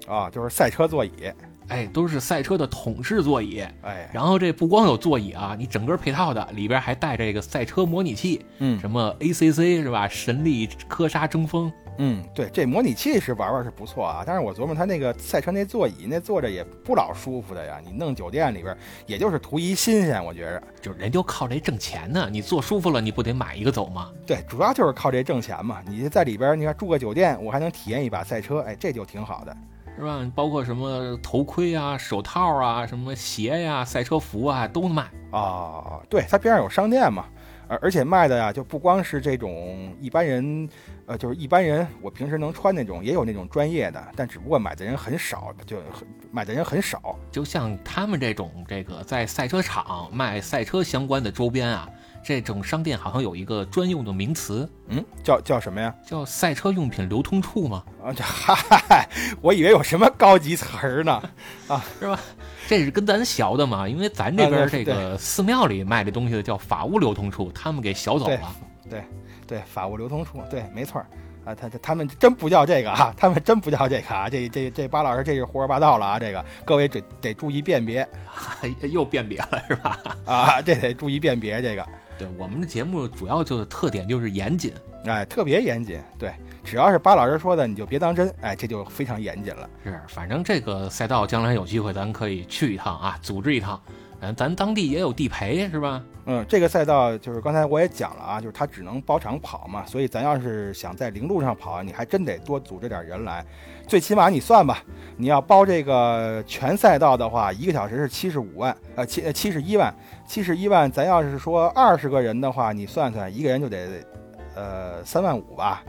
啊，就是赛车座椅，
哎，都是赛车的桶式座椅。
哎，
然后这不光有座椅啊，你整个配套的里边还带这个赛车模拟器，
嗯
什么 ACC 是吧？神力科沙争锋，
嗯，对，这模拟器是玩玩是不错啊，但是我琢磨他那个赛车那座椅那坐着也不老舒服的呀，你弄酒店里边儿也就是图一新鲜，我觉着。
就是人就靠这挣钱呢。你坐舒服了，你不得买一个走吗？
对，主要就是靠这挣钱嘛。你在里边儿，你看住个酒店，我还能体验一把赛车，哎，这就挺好的。
是吧？包括什么头盔啊、手套啊、什么鞋呀、赛车服啊，都卖。
哦，对，它边上有商店嘛，而而且卖的呀、就不光是这种一般人，呃，就是一般人我平时能穿那种，也有那种专业的，但只不过买的人很少，就很买的人很少。
就像他们这种这个在赛车场卖赛车相关的周边啊，这种商店好像有一个专用的名词，
嗯，叫叫什么呀？
叫赛车用品流通处嘛，
啊，这 [laughs] 嗨，我以为有什么高级词儿呢。
这是跟咱学的嘛，因为咱这边
啊对
这个寺庙里卖这东西的叫法务流通处，他们给小走
对
了。
对，法务流通处，对，没错儿啊，他他他们真不叫这个啊，他们真不叫这个啊，这这这巴老师这是胡说八道了啊，这个各位得得注意辨别
哎又辨别了是吧？
啊， [laughs] 这得注意辨别这个，
对我们的节目主要就是特点就是严谨，
哎，特别严谨，对，只要是巴老师说的你就别当真，哎，这就非常严谨了，
是反正这个赛道将来有机会咱可以去一趟啊，组织一趟，嗯，咱当地也有地陪是吧？
嗯，这个赛道就是刚才我也讲了啊，就是它只能包场跑嘛，所以咱要是想在零路上跑，你还真得多组织点人来，最起码你算吧，你要包这个全赛道的话，一个小时是七十五万，呃七七十一万，七十一万，咱要是说二十个人的话，你算算一个人就得，呃三万五吧，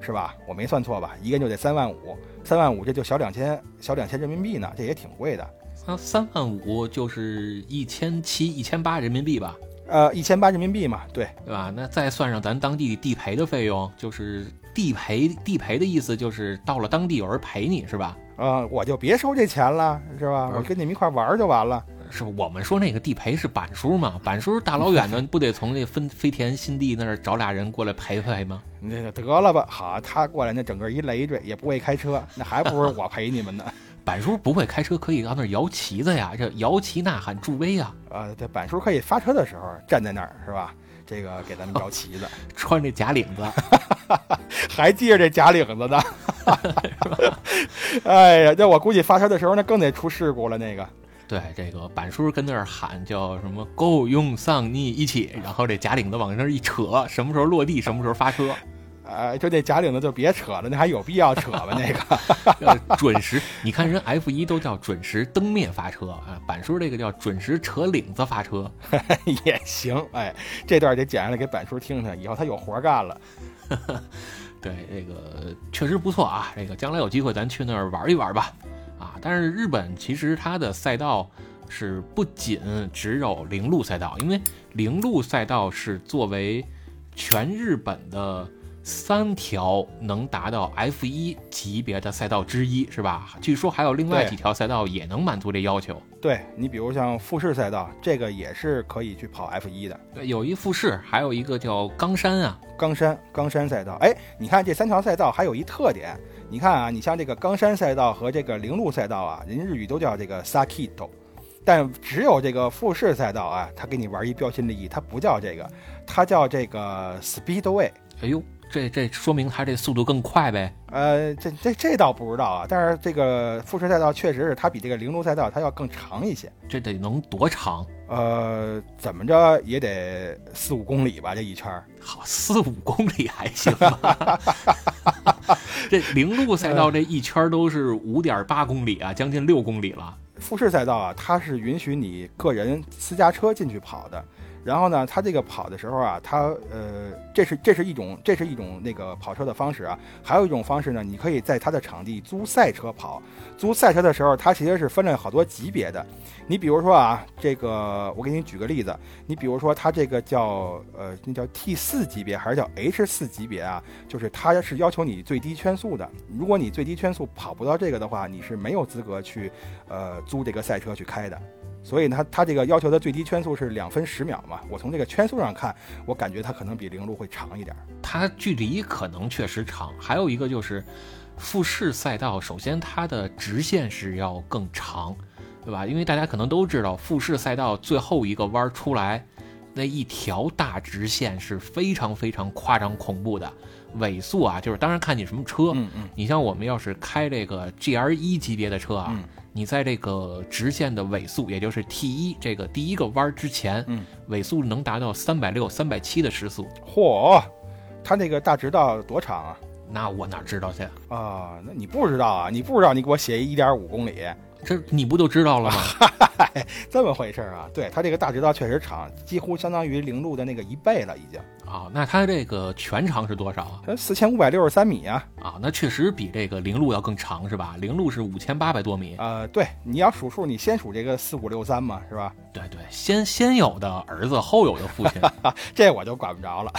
是吧？我没算错吧？一个人就得三万五，三万五这就小两千小两千人民币呢，这也挺贵的，
那三万五就是一千七、一千八人民币吧，
呃一千八人民币嘛，对。
对吧？那再算上咱当地地陪的费用，就是地陪地陪的意思就是到了当地有人陪你是吧？
啊、我就别收这钱了，是吧？
嗯
我跟你们一块玩儿就完了。
是我们说那个地陪是板叔嘛？板叔大老远的，不得从那分飞田新地那儿找俩人过来陪陪吗？
你这个得了吧，好，他过来那整个一累赘，也不会开车，那还不如我陪你们呢。 [laughs]
板叔不会开车，可以到那儿摇旗子呀，这摇旗呐喊助威啊，
啊，这板叔可以发车的时候站在那儿，是吧？这个给咱们摇旗子，
穿着假领子，
还系着这假领子呢。 [laughs] 哎呀，那我估计发车的时候那更得出事故了。那个，
对，这个板叔跟那儿喊叫什么“够用丧逆一起”，然后这假领子往那儿一扯，什么时候落地，什么时候发车，
哎，就那假领子就别扯了，那还有必要扯吗？那个。
呃准时。你看人 F 一都叫准时灯灭发车啊，板叔这个叫准时扯领子发车。
[laughs] 也行，哎，这段得剪下来给板叔听听，以后他有活儿干了。
对，这个确实不错啊，这个将来有机会咱去那儿玩一玩吧。啊，但是日本其实它的赛道是不仅只有零路赛道，因为零路赛道是作为全日本的三条能达到 F 一级别的赛道之一，是吧？据说还有另外
对
几条赛道也能满足这要求。
对你比如像复式赛道，这个也是可以去跑 F 一的。
对，呃有一富士，还有一个叫冈山啊，
冈山冈山赛道，哎，你看这三条赛道还有一特点，你看啊，你像这个冈山赛道和这个铃鹿赛道啊，人日语都叫这个 Sakito，但只有这个富士赛道啊，它给你玩一标新立异，它不叫这个，它叫这个 Speedway。
哎呦，这这说明它这速度更快呗。
呃，这这这倒不知道啊，但是这个富士赛道确实是它比这个铃鹿赛道它要更长一些，
这得能多长？
呃，怎么着也得四五公里吧，这一圈儿。
好，四五公里还行吧。这零路赛道这一圈都是五点八公里啊，将近六公里了。
复式赛道啊，它是允许你个人私家车进去跑的。然后呢，它这个跑的时候啊，它呃，这是这是一种这是一种那个跑车的方式啊。还有一种方式呢，你可以在它的场地租赛车跑。租赛车的时候，它其实是分了好多级别的。你比如说啊，这个我给你举个例子，你比如说它这个叫呃，那叫 T 四级别还是叫 H 四级别啊？就是它是要求你最低圈速的。如果你最低圈速跑不到这个的话，你是没有资格去呃租这个赛车去开的。所以呢，它它这个要求的最低圈速是两分十秒嘛。我从这个圈速上看，我感觉它可能比零路会长一点儿。
它距离可能确实长，还有一个就是复式赛道，首先它的直线是要更长，对吧？因为大家可能都知道，复式赛道最后一个弯儿出来那一条大直线是非常非常夸张恐怖的，尾速啊，就是当然看你什么车，
嗯嗯，
你像我们要是开这个 GR 一级别的车啊，
嗯
你在这个直线的尾速，也就是 T 一这个第一个弯儿之前，
嗯
尾速能达到三百六、三百七的时速，
嚯，它那个大直道多长啊？
那我哪知道去？啊
啊，那你不知道啊？你不知道，你给我写一点五公里，
这你不就知道
[laughs]
了吗？
这么回事儿啊？对，它这个大直道确实长，几乎相当于零路的那个一倍了，已经。
啊，那它这个全长是多少啊？
四千五百六十三米啊，
啊，那确实比这个零路要更长是吧？零路是五千八百多米。
呃，对，你要数数，你先数这个四五六三嘛，是吧？
对对，先先有的儿子，后有的父
[laughs]
亲，
这我就管不着了。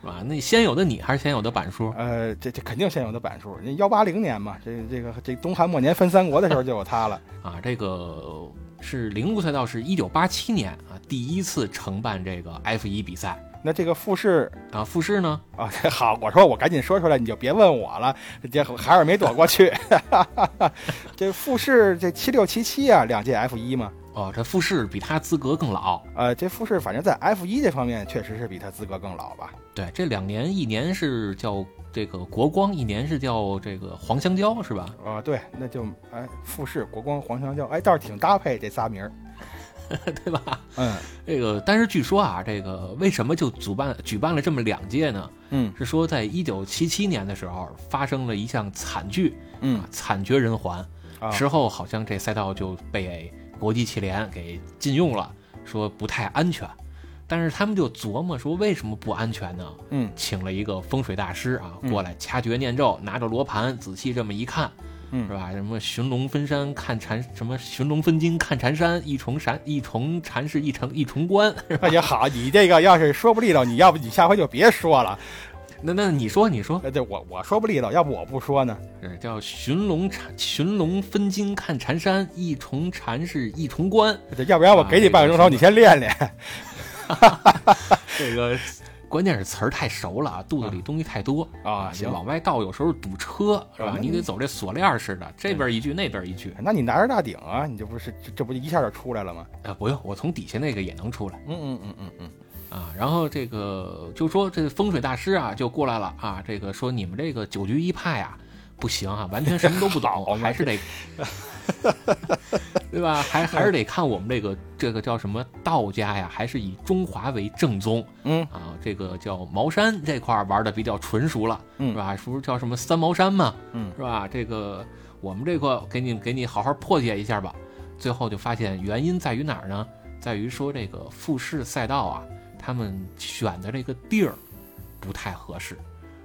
是吧？那先有的你还是先有的板叔？
呃，这这肯定先有的版数，那幺八零年嘛，这这个这东汉末年分三国的时候就有它了。
啊，这个是零路赛道是一九八七年啊第一次承办这个 F 一比赛
那这个复试
啊，复试呢
啊， [laughs] 好，我说我赶紧说出来，你就别问我了，这还是没躲过去。 [laughs] 这复试这七六七七啊，两届 F 一嘛，
哦，这复试比他资格更老。
呃，这复试反正在 F 一这方面确实是比他资格更老吧。
对，这两年一年是叫这个国光，一年是叫这个黄香蕉是吧？ [laughs]
啊、对，那就哎，复试、国光、黄香蕉，哎，倒是挺搭配这仨名儿。
对吧？
嗯
这个，但是据说啊，这个为什么就主办举办了这么两届呢？
嗯
是说在一九七七年的时候发生了一项惨剧
嗯
啊，惨绝人寰。
啊，
之后好像这赛道就被国际汽联给禁用了，说不太安全。但是他们就琢磨说为什么不安全呢？
嗯
请了一个风水大师啊
嗯
过来掐诀念咒，拿着罗盘仔细这么一看，
嗯
是吧？什么寻龙分山看禅，什么寻龙分金看禅山，一重禅一重禅是一重一重关。
那也好，你这个要是说不利落，你要不你下回就别说了。
[laughs] 那那你说你说，
呃，这我我说不利落，要不我不说呢。
呃叫寻龙禅寻龙分金看禅山，一重禅是一重关。
这要不然我给你半个钟头，你先练练。
这个关键是词儿太熟了啊，肚子里东西太多
啊
你
嗯行
往外倒有时候堵车是吧
啊？那
你得走这锁链儿似的，这边一句那边一句。
那你拿着大顶啊，你这不是这这不一下就出来了吗？
啊，不用，我从底下那个也能出来
嗯嗯嗯嗯
啊。然后这个就说这风水大师啊就过来了啊，这个说你们这个九局一派啊不行啊，完全什么都不
[laughs] 好
懂，
嘛
还是得。对吧？还还是得看我们这个这个叫什么道家呀，还是以中华为正宗，
嗯
啊，这个叫茅山这块儿玩的比较纯熟了，
嗯
是吧？是不是叫什么三茅山嘛，
嗯
是吧？这个我们这块给你给你好好破解一下吧。最后就发现原因在于哪儿呢？在于说这个复试赛道啊，他们选的这个地儿不太合适，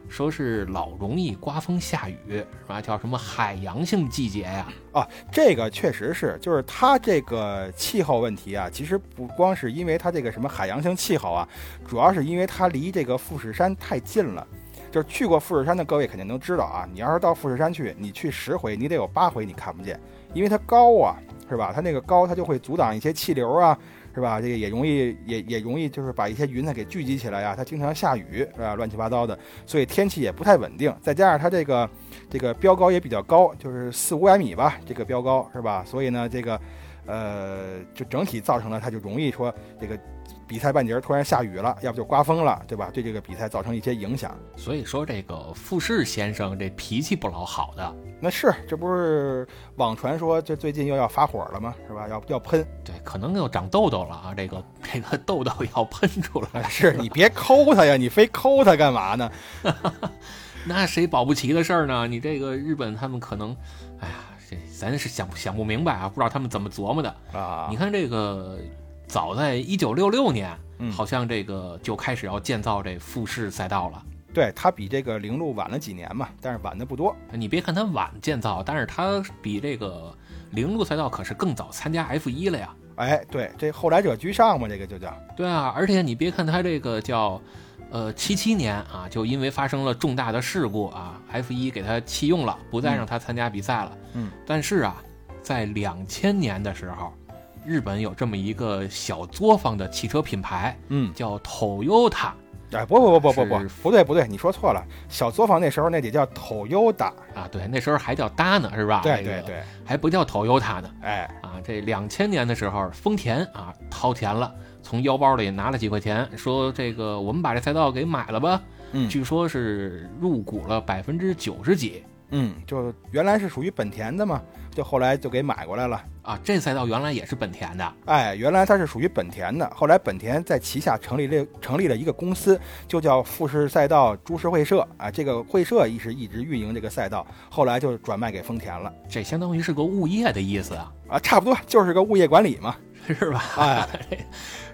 说是老容易刮风下雨，是吧？叫什么海洋性季节呀、
嗯啊，这个确实是，就是它这个气候问题啊，其实不光是因为它这个什么海洋性气候啊，主要是因为它离这个富士山太近了。就是去过富士山的各位肯定都知道啊，你要是到富士山去，你去十回，你得有八回你看不见，因为它高啊，是吧？它那个高，它就会阻挡一些气流啊，是吧？这个也容易也也容易就是把一些云彩给聚集起来啊呀、它经常下雨，是吧？乱七八糟的，所以天气也不太稳定，再加上它这个这个标高也比较高，就是四五百米吧，这个标高是吧？所以呢，这个呃，就整体造成了它就容易说这个比赛半截儿突然下雨了，要不就刮风了，对吧？对这个比赛造成一些影响。
所以说这个富士先生这脾气不老好的，
那是，这不是网传说这最近又要发火了吗？是吧？要要喷，
对，可能又长痘痘了啊，这个 [laughs] 这个痘痘要喷出来。
啊是你别抠它呀，你非抠它干嘛呢？
那谁保不齐的事儿呢？你这个日本他们可能，哎呀，这咱是想不想不明白啊，不知道他们怎么琢磨的。
啊
你，看这个，早在一九六六年，
嗯
好像这个就开始要建造这复式赛道了。
对，它比这个零路晚了几年嘛，但是晚的不多。
你别看它晚建造，但是它比这个零路赛道可是更早参加 F 一了呀。
哎，对，这后来者居上嘛，这个就叫
对啊，而且你别看它这个叫，呃，七七年啊，就因为发生了重大的事故啊，F 一给它弃用了，不再让它参加比赛了。
嗯，
但是啊，在两千年的时候，日本有这么一个小作坊的汽车品牌
嗯，
叫 Toyota
哎，不不不不不不
是，
不对不对，你说错了，小作坊那时候那得叫 Toyota，
啊，对，那时候还叫 Dana 是吧？
啊对
这个
对，对，
还不叫 Toyota 呢。
哎，
啊，这两千年的时候，丰田啊掏钱了，从腰包里拿了几块钱，说这个我们把这赛道给买了吧。
嗯
据说是入股了百分之九十几
嗯，就原来是属于本田的嘛，就后来就给买过来了。
啊，这赛道原来也是本田的
哎，原来它是属于本田的，后来本田在旗下成立了成立了一个公司，就叫富士赛道株式会社啊。这个会社一直一直运营这个赛道，后来就转卖给丰田了
这相当于是个物业的意思啊， [laughs]
啊，差不多就是个物业管理嘛。
是吧？
哎
[laughs]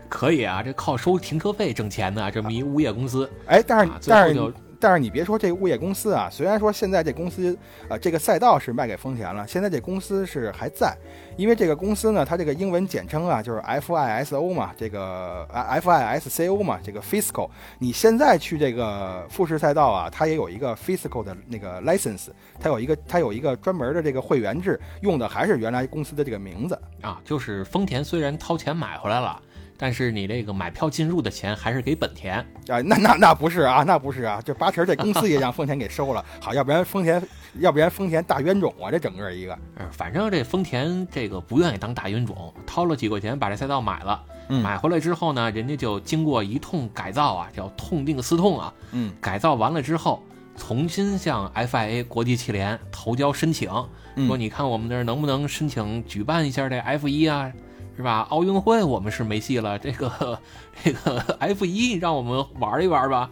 可以啊，这靠收停车费挣钱的这么一物业公司
哎，但是、
啊，最
但
后
是
就
但是你别说这个物业公司啊，虽然说现在这公司呃这个赛道是卖给丰田了，现在这公司是还在，因为这个公司呢，它这个英文简称啊就是 FISO 嘛，这个啊 FISCO 嘛，这个 Fiscal。你现在去这个富士赛道啊，它也有一个 Fiscal 的那个 license，它有一个它有一个专门的这个会员制，用的还是原来公司的这个名字。
啊，就是丰田虽然掏钱买回来了，但是你这个买票进入的钱还是给本田。
啊，那那那不是啊，那不是啊，这八成这公司也让丰田给收了，好，要不然丰田，要不然丰田大冤种啊，这整个一个，
呃反正这丰田这个不愿意当大冤种，掏了几块钱把这赛道买了，
嗯
买回来之后呢，人家就经过一通改造啊，叫痛定思痛啊，
嗯
改造完了之后，重新向 FIA 国际汽联投交申请，说
嗯，
你看我们这儿能不能申请举办一下这 F 一啊，是吧？奥运会我们是没戏了，这个 [laughs] 这个 F 一让我们玩一玩吧。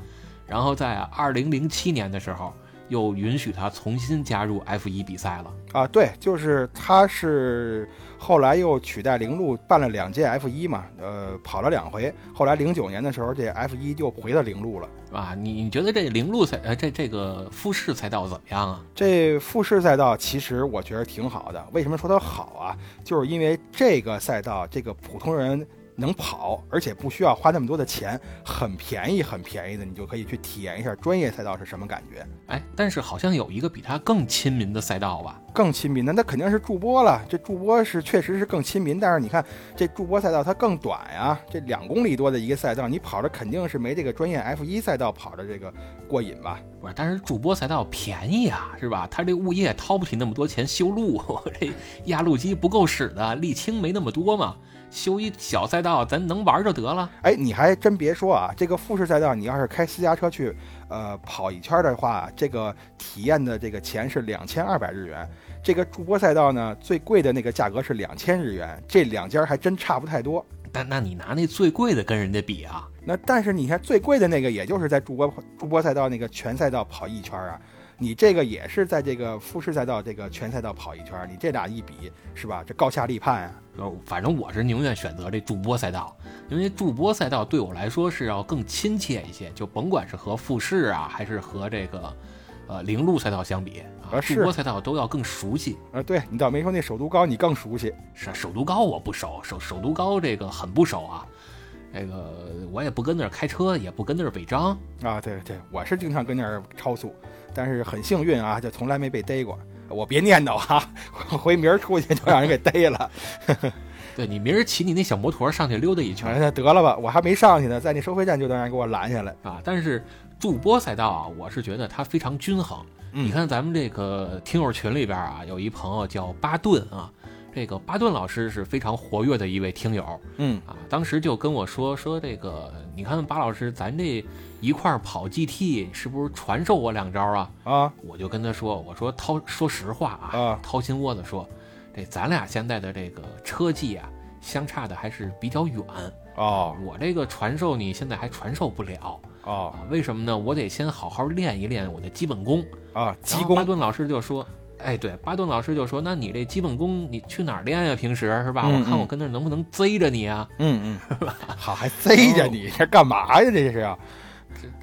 然后在二零零七年的时候，又允许他重新加入 F 一比赛了。
啊，对，就是他是后来又取代铃鹿办了两届 F 一嘛，呃，跑了两回，后来零九年的时候，这 F 一就回到铃鹿了。
啊，你你觉得这铃鹿赛呃这这个富士赛道怎么样啊？
这复式赛道其实我觉得挺好的，为什么说它好啊？就是因为这个赛道，这个普通人能跑，而且不需要花那么多的钱，很便宜，很便宜的，你就可以去体验一下专业赛道是什么感觉。
哎，但是好像有一个比它更亲民的赛道吧？
更亲民，那它肯定是驻播了。这驻播是确实是更亲民，但是你看这驻播赛道它更短呀、这两公里多的一个赛道，你跑着肯定是没这个专业 F 一赛道跑的这个过瘾吧？
不是，但是主播赛道便宜啊，是吧？他这物业掏不起那么多钱修路， [laughs] 我这压路机不够使的，沥青没那么多嘛，修一小赛道咱能玩就得了。
哎，你还真别说啊，这个复式赛道，你要是开私家车去，呃，跑一圈的话，这个体验的这个钱是两千二百日元。这个驻播赛道呢，最贵的那个价格是两千日元，这两家还真差不太多。
但那你拿那最贵的跟人家比啊，
那但是你看最贵的那个，也就是在驻播驻播赛道那个全赛道跑一圈啊，你这个也是在这个复式赛道这个全赛道跑一圈，你这俩一比是吧？这高下立判啊。
呃反正我是宁愿选择这主播赛道，因为主播赛道对我来说是要更亲切一些，就甭管是和富士啊，还是和这个呃铃鹿赛道相比啊，
啊
主
是
播赛道都要更熟悉。
呃，对你倒没说那首都高，你更熟悉。
是啊首都高我不熟，首首都高这个很不熟啊，这个我也不跟那儿开车，也不跟那儿违章。
啊，对对，我是经常跟那儿超速，但是很幸运啊，就从来没被逮过。我别念叨啊，我回明儿出去就让人给逮 [laughs] 了。
对你明儿骑你那小摩托上去溜达一圈
那得了吧，我还没上去呢，在那收费站就让人给我拦下来。
啊，但是驻播赛道啊，我是觉得它非常均衡。
嗯
你看咱们这个听友群里边啊，有一朋友叫巴顿啊，这个巴顿老师是非常活跃的一位听友
嗯
啊，当时就跟我说说这个，你看巴老师，咱这一块儿跑 GT 是不是传授我两招啊？
啊
我就跟他说，我说掏，说实话啊，
啊
掏心窝子说，这咱俩现在的这个车技啊，相差的还是比较远。
哦
我这个传授你现在还传授不了
哦
啊？为什么呢？我得先好好练一练我的基本功。
啊，
然
鸡
后
公
巴顿老师就说。哎，对，巴顿老师就说：“那你这基本功你去哪儿练呀、平时是吧？
嗯
我看
嗯
我跟那儿能不能贼着你啊
嗯 [laughs] 嗯，好，还贼着你，这干嘛呀？这是啊？”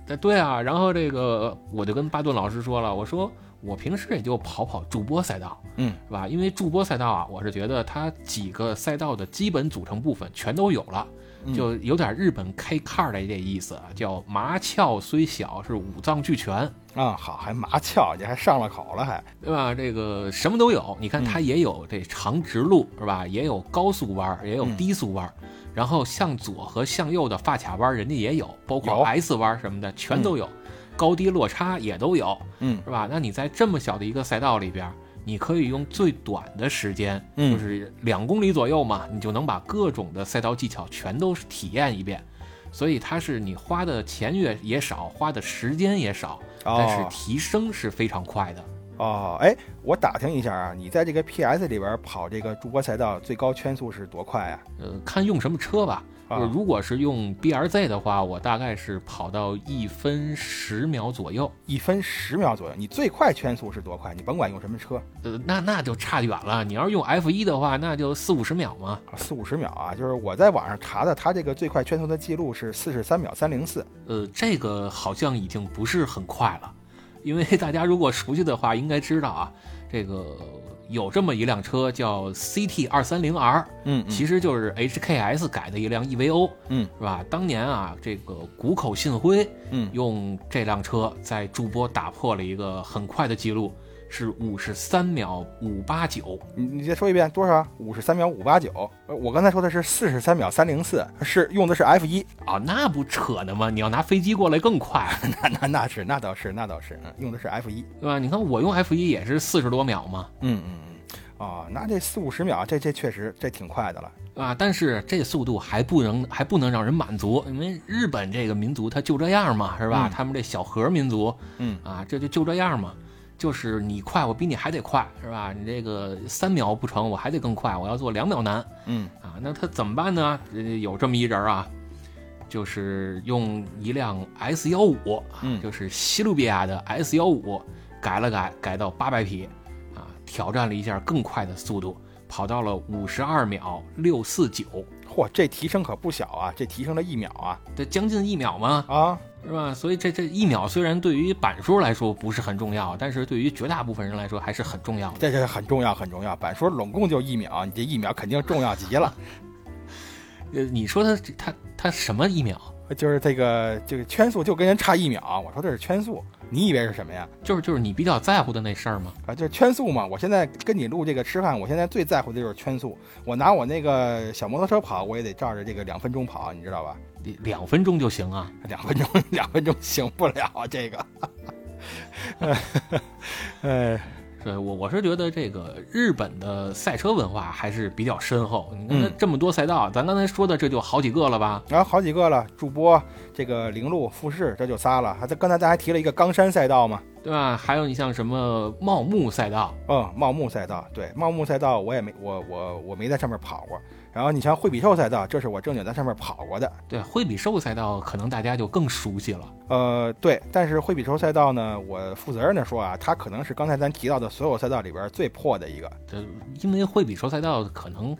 哎对啊，然后这个我就跟巴顿老师说了，我说我平时也就跑跑驻播赛道，
嗯，
是吧？因为驻播赛道啊，我是觉得它几个赛道的基本组成部分全都有了，
嗯
就有点日本 K car 的这意思啊，叫麻窍虽小，是五脏俱全，
啊，好，还麻翘，你还上了口了还？
对吧？这个什么都有，你看
嗯
它也有这长直路，是吧？也有高速弯儿，也有
嗯
低速弯儿，然后向左和向右的发卡弯儿，人家也有，包括
有
S 弯儿什么的全都有，高低落差也都有，
嗯
是吧？那你在这么小的一个赛道里边儿，你可以用最短的时间，
嗯
就是两公里左右嘛，你就能把各种的赛道技巧全都体验一遍。所以它是你花的钱也也少，花的时间也少，但是
哦
提升是非常快的。
哦，哎，我打听一下啊，你在这个 PS 里边跑这个筑波赛道，最高圈速是多快啊？
呃，看用什么车吧。
啊
呃如果是用 BRZ 的话，我大概是跑到一分十秒左右。
一分十秒左右，你最快圈速是多快？你甭管用什么车，
呃，那那就差远了。你要是用 F 一的话，那就四五十秒嘛。
啊四五十秒啊，就是我在网上查的，它这个最快圈速的记录是四十三秒三零四。
呃，这个好像已经不是很快了，因为大家如果熟悉的话，应该知道啊，这个有这么一辆车叫 CT 二三零 R，
嗯
其实就是 HKS 改的一辆 EVO，
嗯，
是吧？当年啊，这个谷口信辉
嗯，
用这辆车在筑波打破了一个很快的记录，是五十三秒五八九。
你你再说一遍多少？五十三秒五八九。呃我刚才说的是四十三秒三零四，是用的是 F 一。 [laughs]
啊，那不扯呢吗？你要拿飞机过来更快， [laughs]
那那那是那倒是那倒是，嗯，用的是 F 一。
对吧？你看我用 F 一也是四十多秒嘛，
嗯嗯嗯。哦，那这四五十秒，这这确实这挺快的了。
啊，但是这速度还不能还不能让人满足，因为日本这个民族它就这样嘛，是吧？
嗯
他们这小河民族
嗯
啊，这就就这样嘛，就是你快，我比你还得快，是吧？你这个三秒不成，我还得更快，我要做两秒难
嗯
啊。那他怎么办呢？呃有这么一人啊，就是用一辆 S 幺五，啊
嗯
就是西路比亚的 S 幺五改了改，改到八百匹，啊，挑战了一下更快的速度，跑到了五十二秒六四九，
嚯，这提升可不小啊！这提升了一秒啊
这将近一秒嘛，
啊！
是吧？所以这这一秒虽然对于板书来说不是很重要，但是对于绝大部分人来说还是很重要的。
这这很重要，很重要。板说拢共就一秒，你这一秒肯定重要极了。
呃，你说他他他什么一秒？
就是这个这个圈速就跟人差一秒，啊我说这是圈速，你以为是什么呀？
就是就是你比较在乎的那事儿吗？
啊，就是圈速嘛。我现在跟你录这个吃饭，我现在最在乎的就是圈速。我拿我那个小摩托车跑，我也得照着这个两分钟跑，你知道吧？ [laughs]
你两分钟就行啊。
两分钟，两分钟行不了啊这个。 [laughs] 呃，
对我我是觉得这个日本的赛车文化还是比较深厚。你看它
嗯
这么多赛道，咱刚才说的这就好几个了吧？
然后好几个了，主播这个零路、富士，这就仨了。还在刚才大家提了一个冈山赛道嘛，
对吧？还有你像什么茂木赛道，
嗯，茂木赛道，对，茂木赛道我也没我我我没在上面跑过。然后你像惠比寿赛道，这是我正经在上面跑过的。
对惠比寿赛道，可能大家就更熟悉了。
呃，对，但是惠比寿赛道呢，我负责任的说啊，它可能是刚才咱提到的所有赛道里边最破的一个
这因为惠比寿赛道可能，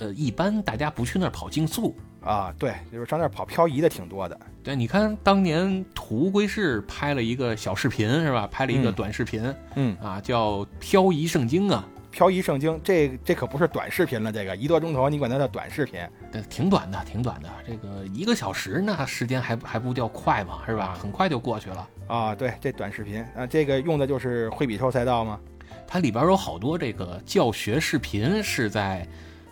呃，一般大家不去那儿跑竞速。
啊。对，就是上那儿跑漂移的挺多的。
对，你看当年图归市拍了一个小视频是吧？拍了一个
嗯
短视频、
嗯，
啊，叫《漂移圣经》啊，
漂移圣经这这可不是短视频了，这个一个多钟头，你管它叫短视频
对，呃挺短的，挺短的，这个一个小时那时间还还不叫快嘛，是吧？很快就过去了。
啊？对，这短视频啊，这个用的就是惠比寿赛道吗？
它里边有好多这个教学视频是在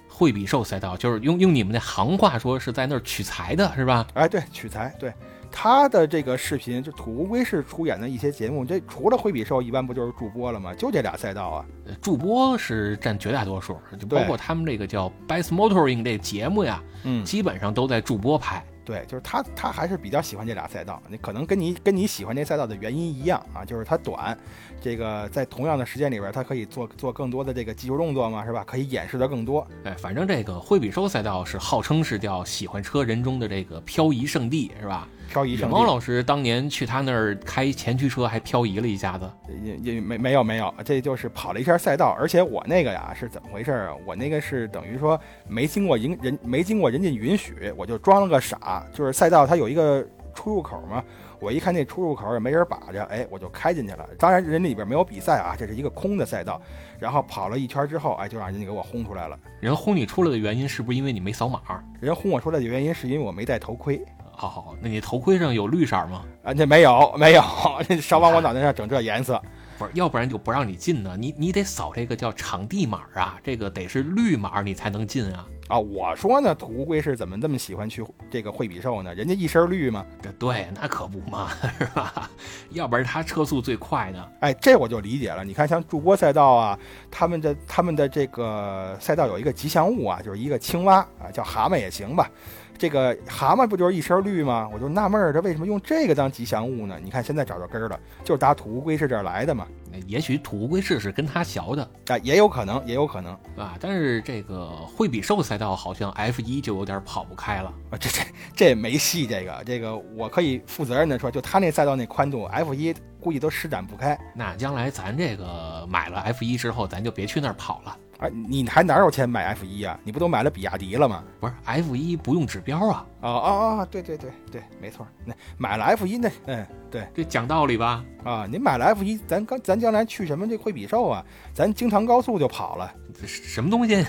惠比寿赛道，就是用用你们那行话说是在那儿取材的，是吧？
哎，对，取材对。他的这个视频就土乌龟是出演的一些节目，这除了惠比寿，一般不就是主播了吗？就这俩赛道啊。
呃驻播是占绝大多数，就包
对
括他们这个叫 Best Motoring 这节目呀，
嗯，
基本上都在驻播拍。
对，就是他，他还是比较喜欢这俩赛道。你可能跟你跟你喜欢这赛道的原因一样啊，就是它短，这个在同样的时间里边，它可以做做更多的这个技术动作嘛，是吧？可以演示的更多。
哎，反正这个惠比寿赛道是号称是叫喜欢车人中的这个漂移圣地，是吧？
漂移
野
圣
猫
地
老师当年去他那儿开前驱车还漂移了一下子。
也也没没有没有，这就是跑了一下赛道。而且我那个呀是怎么回事儿啊？我那个是等于说没经过人人没经过人家允许，我就装了个傻，就是赛道它有一个出入口嘛。我一看那出入口也没人把着，哎，我就开进去了。当然，人里边没有比赛啊，这是一个空的赛道。然后跑了一圈之后，哎，就让人家给我轰出来了。
人轰你出来的原因是不是因为你没扫码？
人轰我出来的原因是因为我没戴头盔
好好，好那你头盔上有绿色吗？
啊，那没有没有， [laughs] 少往我脑袋上整这颜色。
不是，要不然就不让你进呢。你你得扫这个叫场地码啊，这个得是绿码你才能进啊。
啊，我说呢，土乌龟是怎么这么喜欢去这个惠比寿呢？人家一身绿嘛。
这对，那可不嘛， [laughs] 是吧？要不然他车速最快呢。
哎，这我就理解了。你看，像筑波赛道啊，他们的他们的这个赛道有一个吉祥物啊，就是一个青蛙啊，叫蛤蟆也行吧。这个蛤蟆不就是一身绿吗？我就纳闷儿，他为什么用这个当吉祥物呢？你看现在找着根儿了，就是打土乌龟是这儿来的嘛？
也许土乌龟是是跟他学的
啊，也有可能，也有可能
啊。但是这个惠比寿赛道好像 F 一就有点跑不开了
啊，这这这没戏，这个这个我可以负责任的说，就他那赛道那宽度，F 一估计都施展不开。
那将来咱这个买了 F 一之后，咱就别去那儿跑了。
啊，你还哪有钱买 F 一啊？你不都买了比亚迪了吗？
不是 F 一不用指标啊！
哦哦哦，对对对对，没错，那买了 F 一那，嗯，对，
这讲道理吧？
啊，你买了 F 一，咱刚咱将来去什么这惠比寿啊？咱京唐高速就跑了，
这什么东西？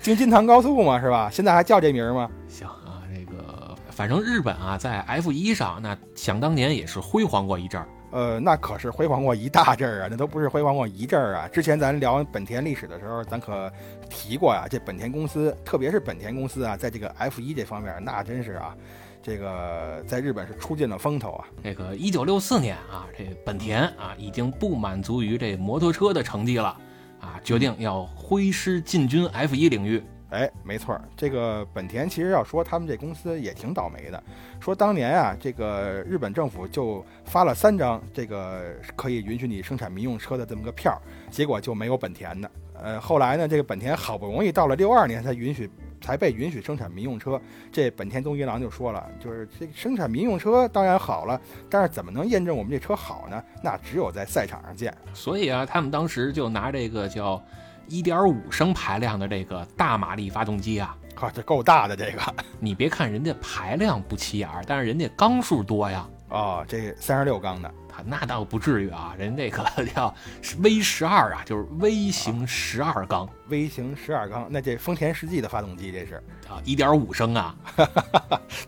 京津唐高速嘛，是吧？现在还叫这名吗？
行啊，这个反正日本啊，在 F 一上那想当年也是辉煌过一阵儿。
呃，那可是辉煌过一大阵儿啊，那都不是辉煌过一阵儿啊。之前咱聊本田历史的时候，咱可提过啊，这本田公司，特别是本田公司啊，在这个 F 一这方面，那真是啊，这个在日本是出尽了风头啊。
这个一九六四年啊，这本田啊已经不满足于这摩托车的成绩了啊，决定要挥师进军 F 一领域。
哎，没错，这个本田其实要说他们这公司也挺倒霉的。说当年啊，这个日本政府就发了三张这个可以允许你生产民用车的这么个票儿，结果就没有本田的。呃，后来呢，这个本田好不容易到了六二年才允许，才被允许生产民用车。这本田宗一郎就说了，就是这生产民用车当然好了，但是怎么能验证我们这车好呢？那只有在赛场上见。 [laughs]
所以啊，他们当时就拿这个叫。一点五升排量的这个大马力发动机啊，
啊，这够大的这个。 [laughs]
你别看人家排量不起眼儿，但是人家缸数多呀。
哦，这三十六缸的，
啊，那倒不至于啊，人这个 [laughs] 叫 V 十二啊，就是微型十二缸
微型十二缸，那这丰田世纪的发动机这是。
啊，一点五升啊，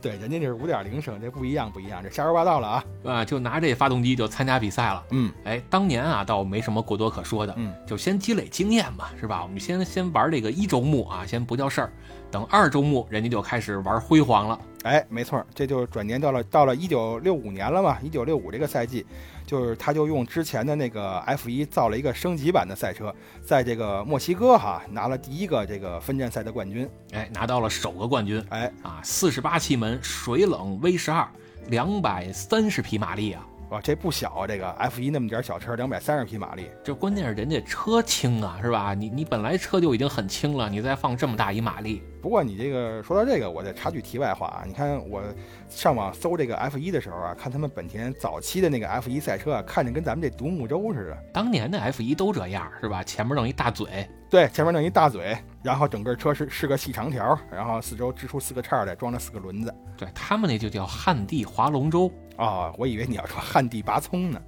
对，人家这是五点零升，这不一样不一样，这瞎说八道了啊。
啊，就拿这发动机就参加比赛了。
嗯，
哎，当年啊，倒没什么过多可说的，
嗯，
就先积累经验嘛，是吧？我们先先玩这个一周目啊，先不叫事儿，等二周目人家就开始玩辉煌了。
哎，没错，这就是转年到了到了一九六五年了嘛，一九六五这个赛季，就是他就用之前的那个 F 一造了一个升级版的赛车，在这个墨西哥哈拿了第一个这个分站赛的冠军。
哎，拿到了首个冠军。
哎，
啊，四十八气门水冷 V 十二，两百三十匹马力啊！
哇，这不小啊，这个 F 一那么点小车，两百三十匹马力。
这关键是人家车轻啊，是吧？你你本来车就已经很轻了，你再放这么大一马力，
不过你这个说到这个，我再插句题外话啊，你看我上网搜这个 F 一的时候啊，看他们本田早期的那个 F 一赛车啊，看着跟咱们这独木舟似的。
当年的 F 一都这样，是吧？前面弄一大嘴，
对，前面弄一大嘴，然后整个车是是个细长条，然后四周支出四个叉儿来装了四个轮子。
对他们那就叫旱地划龙舟，
哦，我以为你要说旱地拔葱呢。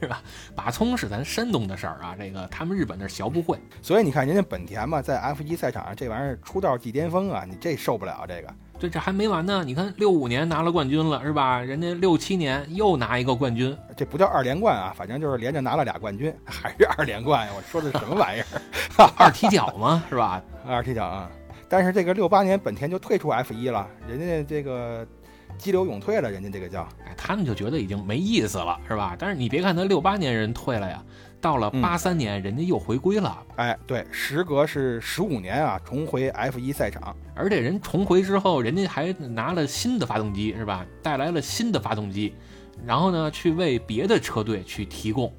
是吧？拔葱是咱山东的事儿啊，这个他们日本那儿学不会。
所以你看人家本田嘛，在 F 一赛场上这玩意儿出道即巅峰啊，你这受不了这个。
这这还没完呢，你看六五年拿了冠军了，是吧？人家六七年又拿一个冠军， [laughs]
这不叫二连冠啊，反正就是连着拿了俩冠军，还是二连冠呀！我说的是什么玩意儿？
二踢脚嘛，是吧？
二踢脚啊！但是这个六八年本田就退出 F 一了，人家这个激流勇退了，人家这个叫
哎，他们就觉得已经没意思了，是吧？但是你别看他六八年人退了呀，到了
嗯
八三年、人家又回归了，
哎，对，时隔是十五年啊，重回 F 一赛场。
而且人重回之后，人家还拿了新的发动机，是吧？带来了新的发动机，然后呢，去为别的车队去提供，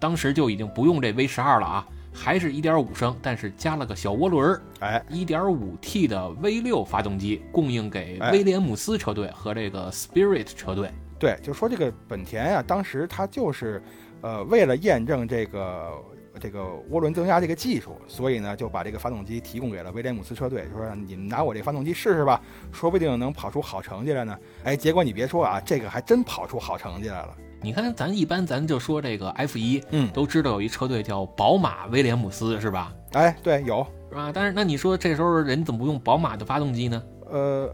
当时就已经不用这 V 十二了啊。还是一点五升，但是加了个小涡轮儿，
哎，
一点五 T 的 V 六发动机供应给
哎
威廉姆斯车队和这个 Spirit 车队。
对，就说这个本田呀、当时它就是，呃，为了验证这个这个涡轮增压这个技术，所以呢就把这个发动机提供给了威廉姆斯车队，说你们拿我这发动机试试吧，说不定能跑出好成绩来呢。哎，结果你别说啊，这个还真跑出好成绩来了。
你看，咱一般咱就说这个 F 一，
嗯，
都知道有一车队叫宝马威廉姆斯，是吧？
哎，对，有，
是吧？但是那你说这时候人怎么不用宝马的发动机呢？
呃，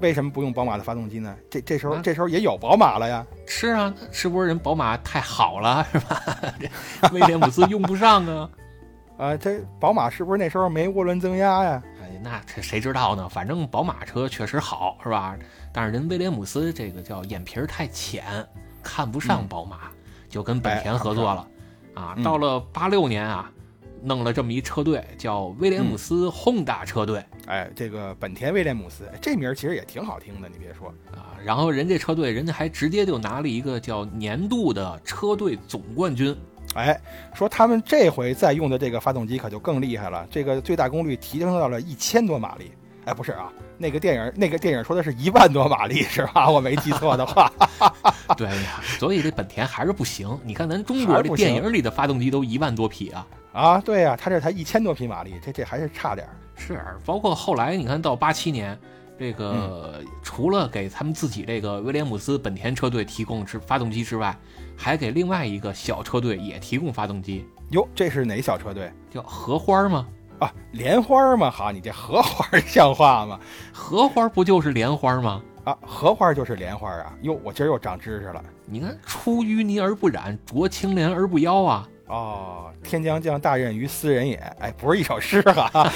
为什么不用宝马的发动机呢？这这时候
啊
这时候也有宝马了呀。
是啊，那是不是人宝马太好了， [laughs] 是吧？这威廉姆斯用不上啊。
啊、这宝马是不是那时候没涡轮增压呀？
哎，那这谁知道呢？反正宝马车确实好，是吧？但是人威廉姆斯这个叫眼皮儿太浅，嗯看不上宝马，就跟本田合作了。啊，
嗯
到了八六年啊，弄了这么一车队，叫威廉姆斯轰大车队
哎，这个本田威廉姆斯哎这名儿其实也挺好听的，你别说，
啊。然后人这车队，人家还直接就拿了一个叫年度的车队总冠军。
哎，说他们这回再用的这个发动机可就更厉害了，这个最大功率提升到了一千多马力。哎，不是啊，那个电影那个电影说的是一万多马力是吧？ [laughs] 我没记错的话， [laughs]
对呀，所以这本田还是不行。你看咱中
还
国
是
这
不行
电影里的发动机都一万多匹啊，
啊，对呀、他这才一千多匹马力，这这还是差点儿。
是，包括后来你看到八七年，这
嗯
个、除了给他们自己这个威廉姆斯本田车队提供之发动机之外，还给另外一个小车队也提供发动机，
哟，这是哪小车队
叫荷花吗？
啊？莲花吗？哈，你这荷花儿 [laughs] 像话吗？
荷花不就是莲花吗？
啊，荷花就是莲花啊！哟，我今儿又长知识了
你看，出淤泥而不染，濯清涟而不妖啊！
哦。天将降大任于斯人也，哎，不是一首诗哈、啊。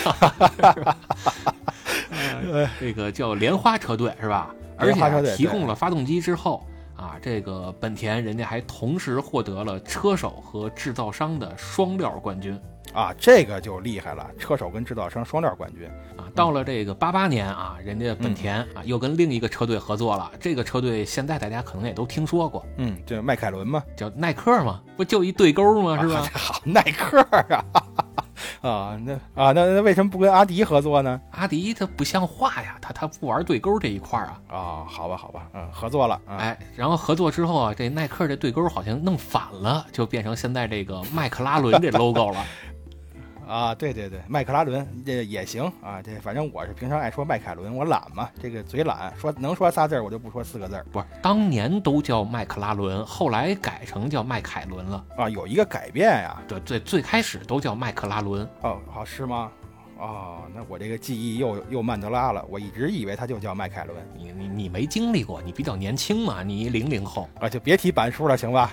这个叫莲花车队是吧？而
莲
且
花
啊、
车队
提供了发动机之后啊，这个本田人家还同时获得了车手和制造商的双料冠军。
啊，这个就厉害了，车手跟制造商双料冠军。
啊，到了这个八八年啊，人家
嗯
本田啊又跟另一个车队合作了。这个车队现在大家可能也都听说过，
嗯，这迈凯伦嘛，
叫耐克嘛，不就一对勾吗？是吧
啊？ [laughs] 好，耐克啊，啊，那啊，那那为什么不跟阿迪合作呢？
阿迪它不像话呀，它它不玩对勾这一块儿啊。
啊，好吧，好吧，嗯，合作了。啊、
哎，然后合作之后啊，这耐克这对勾好像弄反了，就变成现在这个麦克拉伦这 logo 了。
啊，对对对，迈克拉伦这也行啊，这反正我是平常爱说迈凯伦，我懒嘛，这个嘴懒，说能说仨字儿我就不说四个字儿
不是，当年都叫麦克拉伦，后来改成叫迈凯伦了。
啊。有一个改变呀、
对对，最开始都叫麦克拉伦，
哦，好是吗？哦，那我这个记忆又又曼德拉了，我一直以为它就叫迈凯伦
你你你没经历过，你比较年轻嘛，你零零后。
啊，就别提板书了，行吧？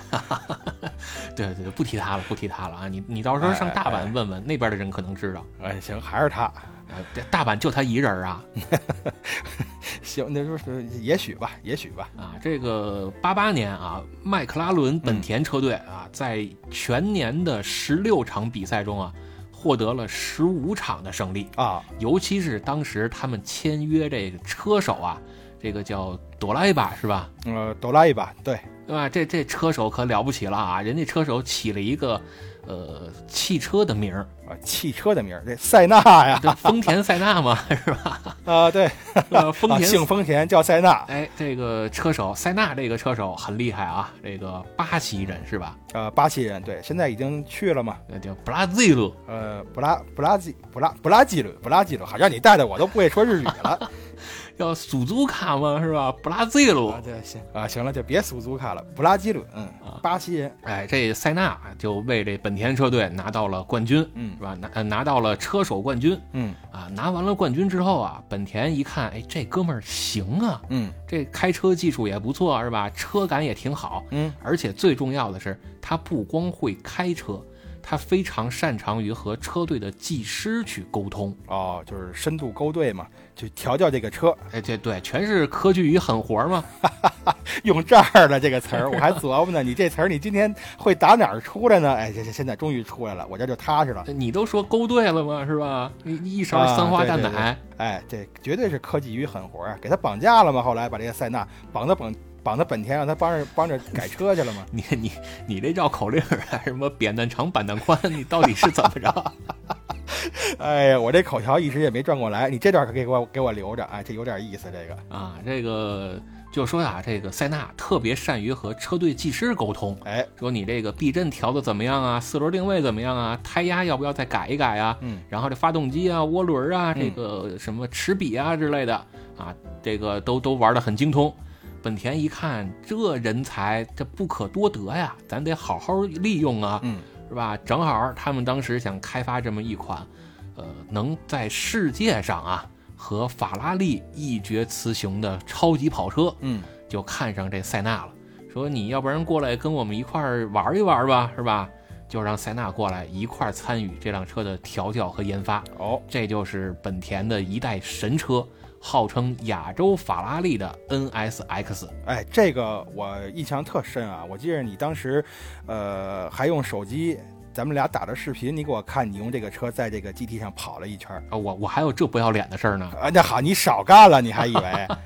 对对对，不提他了，不提他了啊！你你到时候上大
哎哎
阪问问，那边的人可能知道。
哎，行，还是他。
呃这大阪就他一人儿啊
[laughs] 行，那就是也许吧，也许吧。
啊！这个八八年啊，麦克拉伦本田车队
嗯
啊，在全年的十六场比赛中啊，获得了十五场的胜利，
啊，
尤其是当时他们签约这个车手啊，这个叫朵拉伊巴是吧？
呃，哆啦一把，对，
对吧？这这车手可了不起了啊！人家车手起了一个呃汽车的名儿，
啊，汽车的名儿，这塞纳呀，
这丰田塞纳嘛， [laughs]
啊，对，
呃丰
啊
田
姓丰田叫塞纳，
哎，这个车手塞纳这个车手很厉害啊，这个巴西人是吧？
呃，巴西人，对，现在已经去了嘛，
那叫布拉兹鲁。
呃，布拉布拉吉布拉布拉吉鲁布拉吉鲁，好让你带的我都不会说日语了
叫苏祖卡嘛是吧？布拉兹鲁
啊，。对，行啊，行了，就别苏祖卡了，布拉吉鲁，嗯
啊，
巴西人，
哎，这塞纳就为这本田车队拿到了冠军，
嗯
是吧？拿呃拿到了车手冠军
嗯
啊！拿完了冠军之后啊，本田一看，哎，这哥们儿行啊，
嗯
这开车技术也不错是吧？车感也挺好，
嗯，
而且最重要的是，他不光会开车，他非常擅长于和车队的技师去沟通。
哦，就是深度勾兑嘛，去调教这个车， [laughs]
哎，这对，全是科技与狠活儿嘛。
用这儿的这个词儿，我还琢磨呢，你这词儿你今天会打哪儿出来呢？哎，这这现在终于出来了，我这就踏实了。
你都说勾兑了吗？是吧？你你一勺
啊
三花
对
淡
对
奶，
哎，这绝对是科技与狠活啊！给他绑架了嘛？后来把这个塞纳绑到本绑到本田，让他帮着帮着改车去了 [laughs] 嘛？
你你你这绕口令儿啊，什么扁担长板担宽，你到底是怎么着？
哎呀，我这口条一时也没转过来，你这段可给我给我留着，哎，这有点意思，这个，
啊，这个就说啊，这个塞纳特别善于和车队技师沟通，
哎，
说你这个避震调的怎么样啊？四轮定位怎么样啊？胎压要不要再改一改啊？
嗯，
然后这发动机啊、涡轮啊、
嗯
这个什么齿比啊之类的啊，这个都都玩得很精通。本田一看这人才，这不可多得呀，咱得好好利用啊，
嗯，
是吧？正好他们当时想开发这么一款，呃，能在世界上啊和法拉利一决雌雄的超级跑车，
嗯，
就看上这塞纳了，说你要不然过来跟我们一块儿玩一玩吧，是吧？就让塞纳过来一块儿参与这辆车的调教和研发，
哦，
这就是本田的一代神车，号称亚洲法拉利的 NSX。
哎，这个我印象特深啊！我记得你当时，呃，还用手机。咱们俩打着视频，你给我看你用这个车在这个 GT 上跑了一圈儿
啊，我我还有这不要脸的事儿呢。
啊。那好，你少干了，你还以为？啊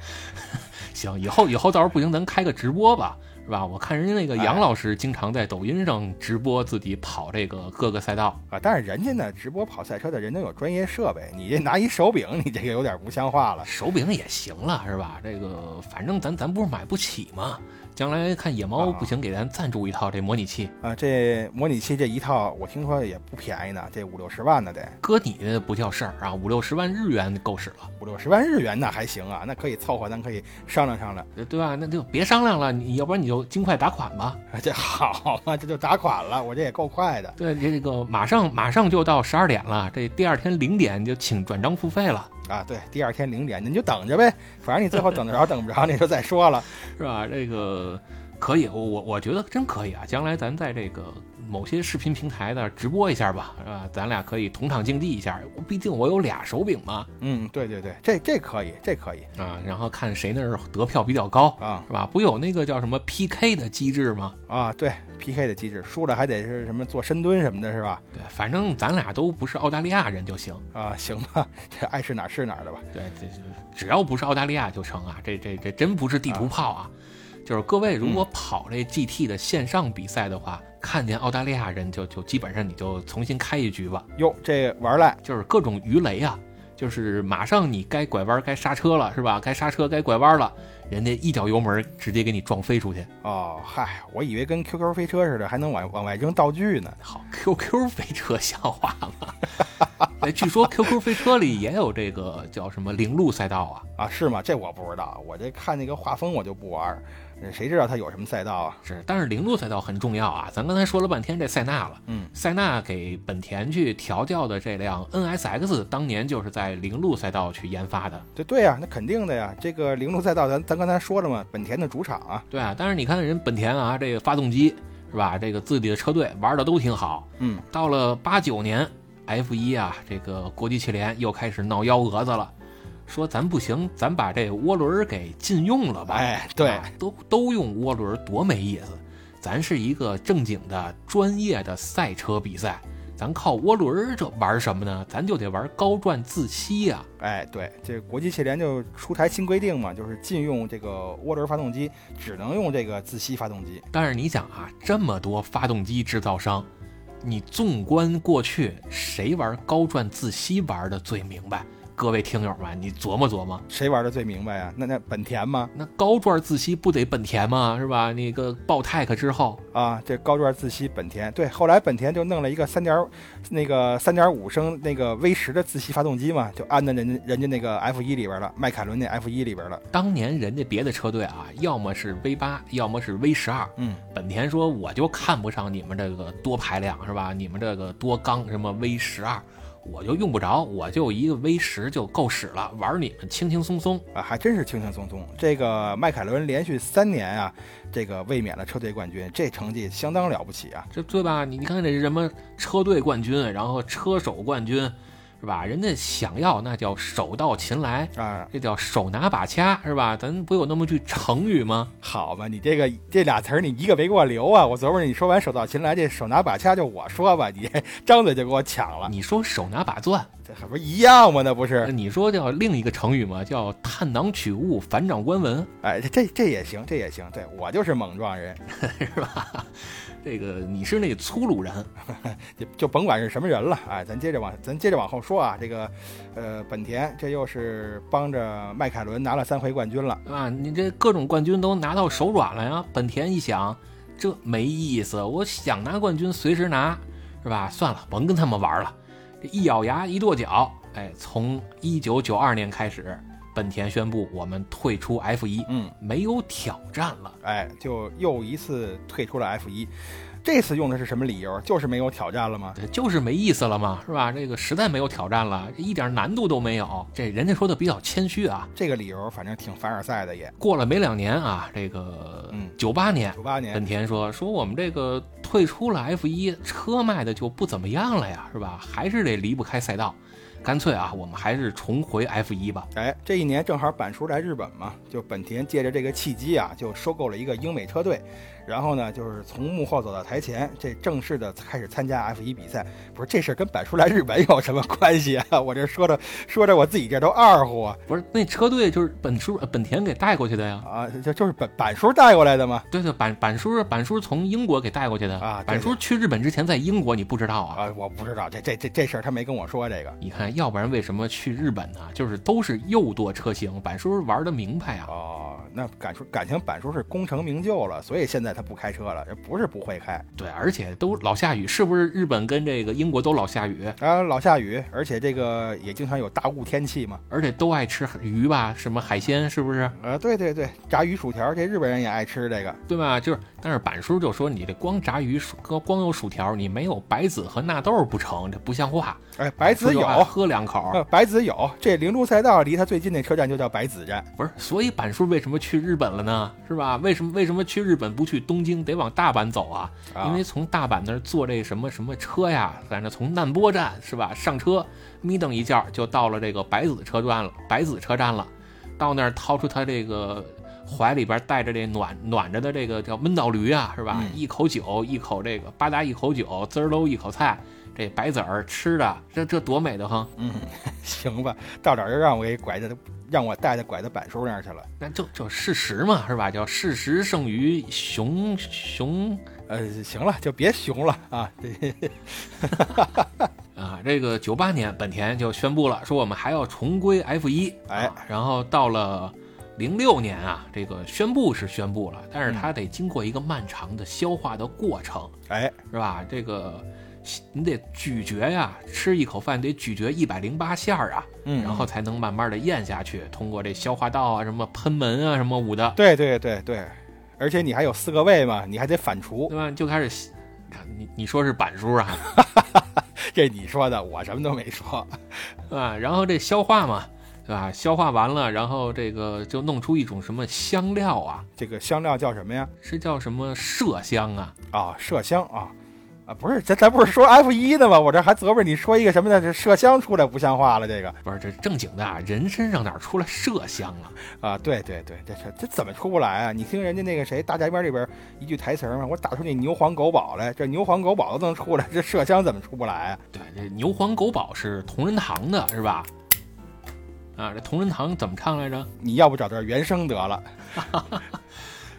行，以后以后到时候不行，咱开个直播吧，是吧？我看人家那个杨
哎
老师经常在抖音上直播自己跑这个各个赛道，
啊，但是人家呢，直播跑赛车的人家有专业设备，你这拿一手柄，你这个有点不像话了。
手柄也行了，是吧？这个反正咱咱不是买不起嘛，将来看野猫
啊
不行，给咱赞助一套这模拟器。
啊，这模拟器这一套，我听说也不便宜呢，这五六十万呢得，
搁你那不叫事儿啊，五六十万日元够使了，
五六十万日元呢还行啊，那可以凑合，咱可以商量商量。 [laughs]
对吧？那就别商量了，你要不然你就尽快打款吧。
啊这好嘛，这就打款了，我这也够快的。
对，这个马上马上就到十二点了，这第二天零点就请转账付费了，
啊，对，第二天零点你就等着呗，反正你最后等得着等不着，那就再说了。
是吧？这个可以，我我我觉得真可以啊。将来咱在这个某些视频平台的直播一下吧，是吧？咱俩可以同场竞技一下，毕竟我有俩手柄嘛，
嗯，对对对，这这可以，这可以
啊，然后看谁那儿得票比较高，
啊
是吧？不有那个叫什么 PK 的机制吗？
啊，对 PK 的机制，输了还得是什么做深蹲什么的，是吧？
对，反正咱俩都不是澳大利亚人就行。
啊，行吧，这爱是哪儿是哪儿的吧。
对，这这只要不是澳大利亚就成啊，这这这真不是地图炮啊！嗯就是各位如果跑这 GT 的线上比赛的话，看见澳大利亚人就就基本上你就重新开一局吧，
哟，这玩儿赖
就是各种鱼雷啊，就是马上你该拐弯该刹车了是吧？该刹车该拐弯了，人家一脚油门直接给你撞飞出去。
哦，嗨，我以为跟 QQ 飞车似的，还能往往外扔道具呢。
好，QQ 飞车像话吗？ [laughs] 哎，据说 QQ 飞车里也有这个叫什么零路赛道啊。
啊，是吗？这我不知道，我这看那个画风我就不玩儿，呃谁知道它有什么赛道啊？
是，但是零路赛道很重要啊。咱刚才说了半天这塞纳了，
嗯，
塞纳给本田去调教的这辆 NSX，当年就是在零路赛道去研发的。
对对呀、那肯定的呀。这个零路赛道咱，咱刚才说了嘛，本田的主场啊。
对啊，但是你看人本田啊，这个发动机是吧？这个自己的车队玩的都挺好。
嗯，
到了八九年，F 一啊，这个国际汽联又开始闹幺蛾子了，说咱不行，咱把这涡轮儿给禁用了吧。
哎，对
啊，都都用涡轮多没意思。咱是一个正经的专业的赛车比赛，咱靠涡轮这玩什么呢？咱就得玩高转自吸啊呀、
哎，对，这国际汽联就出台新规定嘛，就是禁用这个涡轮发动机，只能用这个自吸发动机。
但是你想啊，这么多发动机制造商，你纵观过去，谁玩高转自吸玩的最明白？各位听友们，你琢磨琢磨，
谁玩的最明白啊？那那本田吗？
那高转自吸不得本田吗？是吧？那个爆泰克之后，
啊，这高转自吸本田，对，后来本田就弄了一个三点那个三点五升那个 V 十的自吸发动机嘛，就安在人家人家那个 F 一里边了，迈凯伦那 F 一里边了。
当年人家别的车队啊，要么是 V 八，要么是 V 十二，
嗯，
本田说我就看不上你们这个多排量是吧？你们这个多缸什么 V 十二，我就用不着，我就一个 V 十就够使了，玩你们轻轻松松。
啊，还真是轻轻松松。这个迈凯伦连续三年啊，这个卫冕了车队冠军，这成绩相当了不起啊。
这对吧？你你看这什么车队冠军，然后车手冠军，是吧？人家想要那叫手到擒来，
啊，
这叫手拿把掐，是吧？咱不有那么句成语吗？
好嘛，你这个这俩词儿你一个没给我留啊！我昨儿你说完手到擒来，这手拿把掐就我说吧， [laughs] 你张嘴就给我抢了，
你说手拿把攥，
这还不是一样吗？那不是？
你说叫另一个成语吗？叫探囊取物，反掌观文。
哎，这这这也行，这也行。对我就是莽撞人，
是吧？这个你是那粗鲁人，
就就甭管是什么人了，哎，咱接着往咱接着往后说啊，这个，呃，本田这又是帮着迈凯伦拿了三回冠军了，
啊，你这各种冠军都拿到手软了呀。本田一想，这没意思，我想拿冠军随时拿，是吧？算了，甭跟他们玩了。这一咬牙一跺脚，哎，从一九九二年开始，本田宣布我们退出 F 一，
嗯，
没有挑战了。
哎，就又一次退出了 F 一，这次用的是什么理由？就是没有挑战了吗？
这就是没意思了嘛，是吧？这个实在没有挑战了，一点难度都没有。这人家说的比较谦虚啊。
这个理由反正挺凡尔赛的也，
过了没两年啊，这个
嗯
九八年，
九八年
本田说说我们这个退出了 F 一，车卖的就不怎么样了呀，是吧？还是得离不开赛道。干脆啊，我们还是重回 F 一吧。
哎，这一年正好板叔来日本嘛，就本田借着这个契机啊，就收购了一个英美车队，然后呢，就是从幕后走到台前，这正式的开始参加 F 一比赛。不是这事儿跟板叔来日本有什么关系啊？我这说着说着我自己这都二乎啊
不是，那车队就是本叔呃本田给带过去的呀。
啊，就就是板板叔带过来的嘛。
对对，板板叔板叔从英国给带过去的
啊对
板叔去日本之前在英国，你不知道啊？
啊，我不知道这这这这事儿他没跟我说这个。
你看，要不然为什么去日本呢？就是都是右舵车型，板叔玩的明白啊。
哦，那感叔感情板叔是功成名就了，所以现在他不开车了，不是不会开
对，而且都老下雨，是不是日本跟这个英国都老下雨，
啊，老下雨，而且这个也经常有大雾天气嘛。
而且都爱吃鱼吧？什么海鲜是不是？
啊，对对对，炸鱼薯条，这日本人也爱吃这个。
对吧？就是，但是板叔就说你这光炸鱼薯光光有薯条，你没有白子和纳豆不成，这不像话。
哎，白子
板叔就，
有
爱喝两口，
呃白子有，这灵珠赛道离他最近那车站就叫白子站。
不是？所以板叔为什么去日本了呢？是吧？为什么为什么去日本不去东京，得往大阪走啊？
啊、
因为从大阪那儿坐这什么什么车呀，反正从难波站是吧，上车眯瞪一觉就到了这个白子车站了，白子车站了，到那儿掏出他这个怀里边带着这暖暖着的这个叫闷倒驴啊，是吧？
嗯
一口酒，一口这个吧嗒一口酒，滋儿喽一口菜，这白子儿吃的，这这多美的很。
嗯， [laughs] 行吧，到点儿就让我给拐的，让我带他拐到板叔那儿去了。
那就就事实嘛，是吧？叫事实胜于雄雄
呃，行了，就别熊了啊。这
啊，这个九八年本田就宣布了，说我们还要重归 F 一，
哎
啊，然后到了零六年啊，这个宣布是宣布了，但
嗯
是它得经过一个漫长的消化的过程，
哎，
是吧？这个你得咀嚼呀，吃一口饭得咀嚼一百零八下儿啊，
嗯，
然后才能慢慢的咽下去，通过这消化道啊、什么喷门啊、什么捂的，
对对对对，而且你还有四个胃嘛，你还得反刍。
对吧？就开始吸，你你说是板书啊？
这你说的，我什么都没说。
啊，然后这消化嘛，对吧？消化完了，然后这个就弄出一种什么香料啊，
这个香料叫什么呀？
是叫什么麝香啊？
啊，麝香啊。啊，不是，咱咱不是说 F 一的吗？我这还琢磨你说一个什么呢？这麝香出来不像话了，这个
不是，这正经的啊，人身上哪出来麝香了？
啊，对对对，这这这怎么出不来啊？你听人家那个谁大家边里边一句台词儿嘛，我打出那牛黄狗宝来，这牛黄狗宝都能出来，这麝香怎么出不来啊？
对，这牛黄狗宝是同仁堂的，是吧？啊，这同仁堂怎么唱来着？
你要不找段原声得了？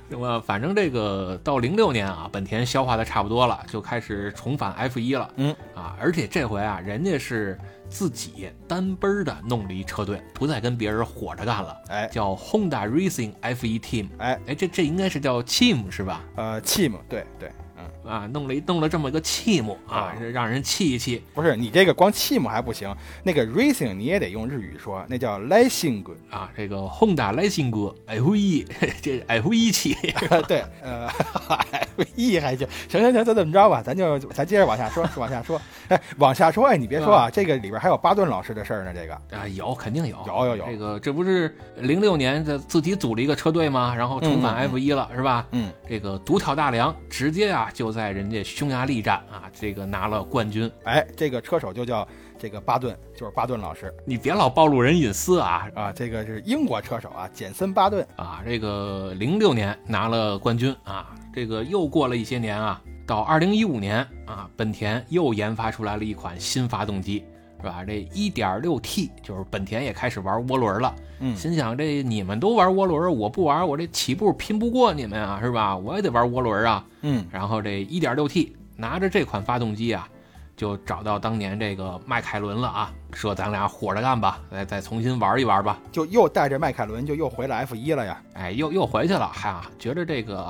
那么反正这个到零六年啊，本田消化的差不多了，就开始重返 F 一了。
嗯
啊，而且这回啊，人家是自己单奔儿的弄了一车队，不再跟别人火着干了。
哎
叫 Honda Racing F1 Team。
哎
哎，这这应该是叫 team 是吧？
呃，team 对对，嗯，
啊，弄了一弄了这么一个 team 啊
啊，
是让人气一气
不是你这个光 team 还不行，那个 racing 你也得用日语说，那叫 racing，
啊。这个 Honda Racing 哥 F1，这 [laughs] F1 气
[laughs] 对，呃 [laughs] ，F 一还行，行行行，就这么着吧，咱就咱接着往下说，往下说，哎，往下说，哎，你别说啊，这个里边还有巴顿老师的事儿呢，这个嗯
啊，有肯定有
有有有
这个这不是零六年的自己组了一个车队吗？然后重返
嗯嗯
F1 了、是吧？
嗯，
这个独挑大梁，直接啊就在人家匈牙利站啊，这个拿了冠军。
哎，这个车手就叫这个巴顿，就是巴顿老师
你别老暴露人隐私啊
啊，这个是英国车手啊，简森巴顿，
啊！这个零六年拿了冠军啊，这个又过了一些年啊，到二零一五年啊，本田又研发出来了一款新发动机，是吧？这一点六 T 就是本田也开始玩涡轮了，
嗯
心想这你们都玩涡轮，我不玩，我这起步拼不过你们啊，是吧？我也得玩涡轮啊。
嗯，
然后这一点六 T 拿着这款发动机啊，就找到当年这个迈凯伦了啊，说咱俩火着干吧，再再重新玩一玩吧。
就又带着迈凯伦就又回了 F 一了呀，
哎，又又回去了，哈、觉得这个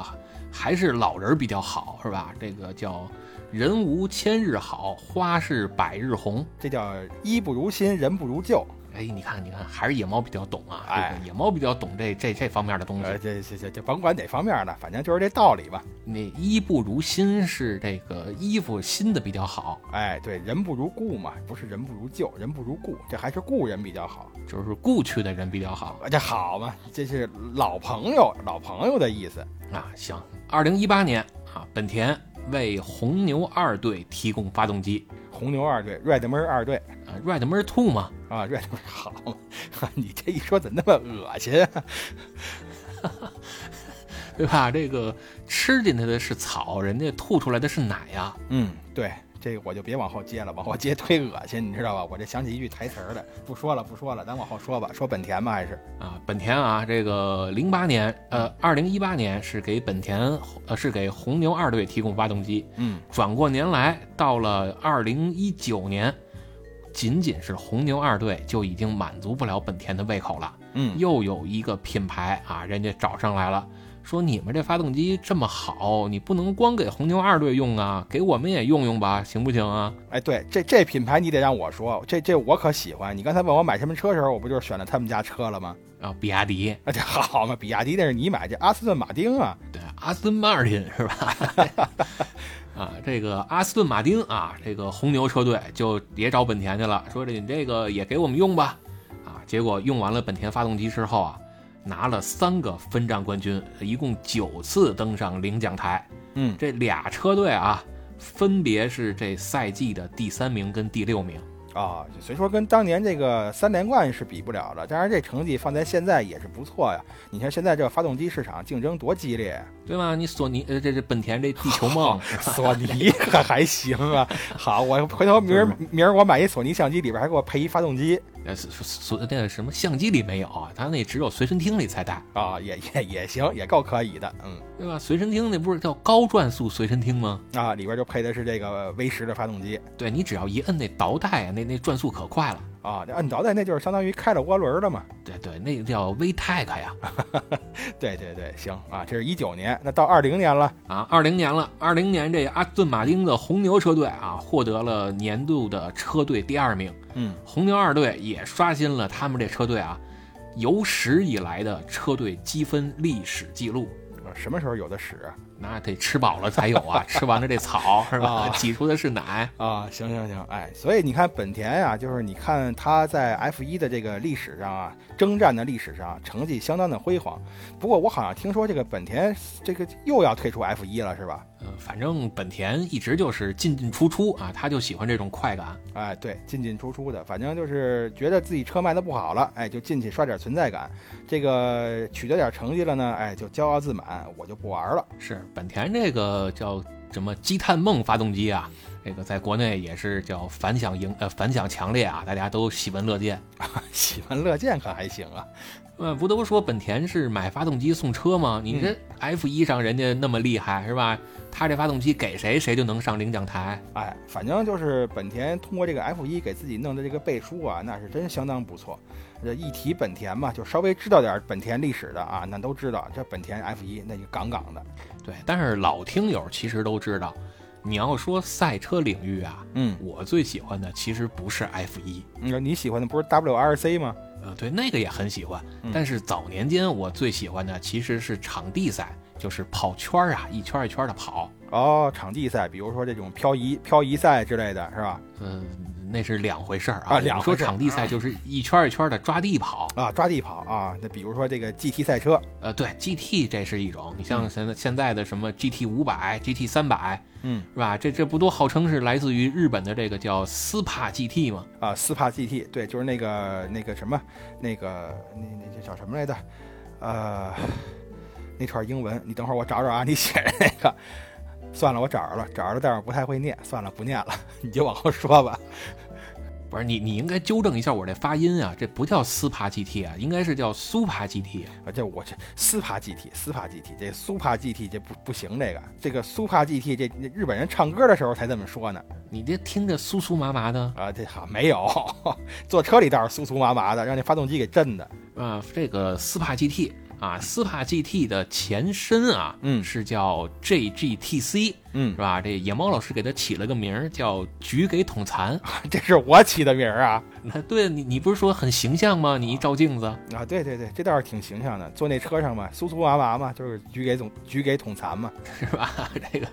还是老人比较好，是吧？这个叫人无千日好，花是百日红。
这叫衣不如新，人不如旧，
哎，你看，你看，还是野猫比较懂啊，
哎
这个野猫比较懂这这这方面的东西。
呃，这这这这甭管哪方面的，反正就是这道理吧，
那衣不如新是这个衣服新的比较好，
哎，对，人不如故嘛，不是人不如旧，人不如故，这还是故人比较好。啊
就是故去的人比较好
这好嘛，这是老朋友，老朋友的意思。
啊。行，二零一八年啊，本田为红牛二队提供发动机。
红牛二队，Red m e r 二队
啊，Red m e r Two 嘛，
啊，Red m e r 好嘛， [laughs] 你这一说怎么那么恶心啊？
对吧？这个吃进去的是草，人家吐出来的是奶呀、
嗯，对，这个我就别往后接了，往后接忒恶心，你知道吧？我这想起一句台词儿来，不说了，不说了，咱往后说吧，说本田吧，还是
啊，本田啊，这个零八年，呃，二零一八年是给本田，呃，是给红牛二队提供发动机。
嗯，
转过年来，到了二零一九年，仅仅是红牛二队就已经满足不了本田的胃口了。
嗯，
又有一个品牌啊，人家找上来了，说你们这发动机这么好，你不能光给红牛二队用啊，给我们也用用吧，行不行啊？
哎，对，这这品牌你得让我说，这这我可喜欢。你刚才问我买什么车时候，我不就是选了他们家车了吗？ [laughs]
啊，比亚迪，
啊，这好嘛，比亚迪那是你买这阿斯顿马丁啊，
对，阿斯顿马丁是吧？ [laughs] 啊，这个阿斯顿马丁啊，这个红牛车队就也找本田去了，说这你这个也给我们用吧。啊，结果用完了本田发动机之后啊，拿了三个分站冠军，一共九次登上领奖台。
嗯，
这俩车队啊，分别是这赛季的第三名跟第六名。
啊，虽说跟当年这个三连冠是比不了了，但是这成绩放在现在也是不错呀。你看现在这发动机市场竞争多激烈啊，
对吧？你索尼，呃，这这本田这地球
[laughs]
梦，
索尼可还行啊。好，我回头明儿明儿我买一索尼相机，里边还给我配一发动机
呃，索索索那个什么相机里没有，他那只有随身听里才带。
啊，也也也行，也够可以的。嗯，
对吧？随身听那不是叫高转速随身听吗？
啊，里边就配的是这个 V 十的发动机
对你只要一摁那导带啊，那那转速可快了。
啊，这按导弹那就是相当于开了涡轮了嘛。
对对，那个叫 VTEC 呀。
对对对，行啊，这是一九年，那到二零年了，
啊，二零年了，二零年这阿斯顿马丁的红牛车队啊，获得了年度的车队第二名。
嗯，
红牛二队也刷新了他们这车队啊有史以来的车队积分历史记录。
啊什么时候有的使啊？
那得吃饱了才有啊，吃完了这草是吧
啊？
挤出的是奶。
啊，行行行，哎，所以你看本田啊，就是你看它在 F 一的这个历史上啊，征战的历史上啊成绩相当的辉煌。不过我好像听说这个本田这个又要退出 F 一了，是吧？
嗯，反正本田一直就是进进出出啊，他就喜欢这种快感。
哎，对，进进出出的，反正就是觉得自己车卖的不好了，哎，就进去刷点存在感，这个取得点成绩了呢，哎，就骄傲自满，我就不玩了。 [laughs]
是本田这个叫什么积碳梦发动机啊？这个在国内也是叫反响营呃反响强烈啊，大家都喜闻乐见。
喜闻乐见可还行啊？
呃，不都说本田是买发动机送车吗？你这 F 一上人家那么厉害是吧？他这发动机给谁谁就能上领奖台。
哎，反正就是本田通过这个 F 一给自己弄的这个背书啊，那是真相当不错。这一提本田嘛，就稍微知道点本田历史的啊，那都知道这本田 F 一那就杠杠的。
对，但是老听友其实都知道，你要说赛车领域啊，
嗯，
我最喜欢的其实不是 F 一，
你说你喜欢的不是 WRC 吗？
呃，对那个也很喜欢
嗯，
但是早年间我最喜欢的其实是场地赛，就是跑圈儿啊，一圈儿一圈儿的跑。
哦，场地赛，比如说这种漂移、漂移赛之类的是吧？
嗯，那是两回事儿
啊
啊。
两回
说
事儿
场地赛就是一圈儿一圈儿的抓地跑，
啊，抓地跑啊，那比如说这个 GT 赛车，
呃，对 GT 这是一种，你像现在现在的什么 GT 五百、GT 三百
嗯，
是吧？这这不都号称是来自于日本的这个叫斯帕 GT 吗？
啊，斯帕 GT，对，就是那个那个什么，那个那那那叫什么来着？呃，那串英文，你等会儿我找找啊，你写的那个。算了，我找着了，找着了，但是我不太会念，算了，不念了，你就往后说吧。
不是你，你应该纠正一下我这发音啊，这不叫斯帕 GT 啊，应该是叫苏帕 GT 啊。
啊，这我这斯帕 GT，斯帕 GT，这苏帕 GT 这不不行，这个这个苏帕 GT 这这日本人唱歌的时候才这么说呢。
你这听着酥酥麻麻的
啊，这好没有，坐车里倒是酥酥麻麻的，让那发动机给震的。
啊，这个斯帕 GT 啊，斯帕 GT 的前身啊，
嗯
是叫 JGTC
嗯 [laughs]
是，吧？这野猫老师给它起了个名儿叫“举给统残
这是我起的名儿啊。”。
那对你，你不是说很形象吗？你一照镜子，
啊，对对对，这倒是挺形象的。坐那车上嘛，酥酥麻麻嘛，就是举给总举给统残嘛。
是吧？ [laughs] 这个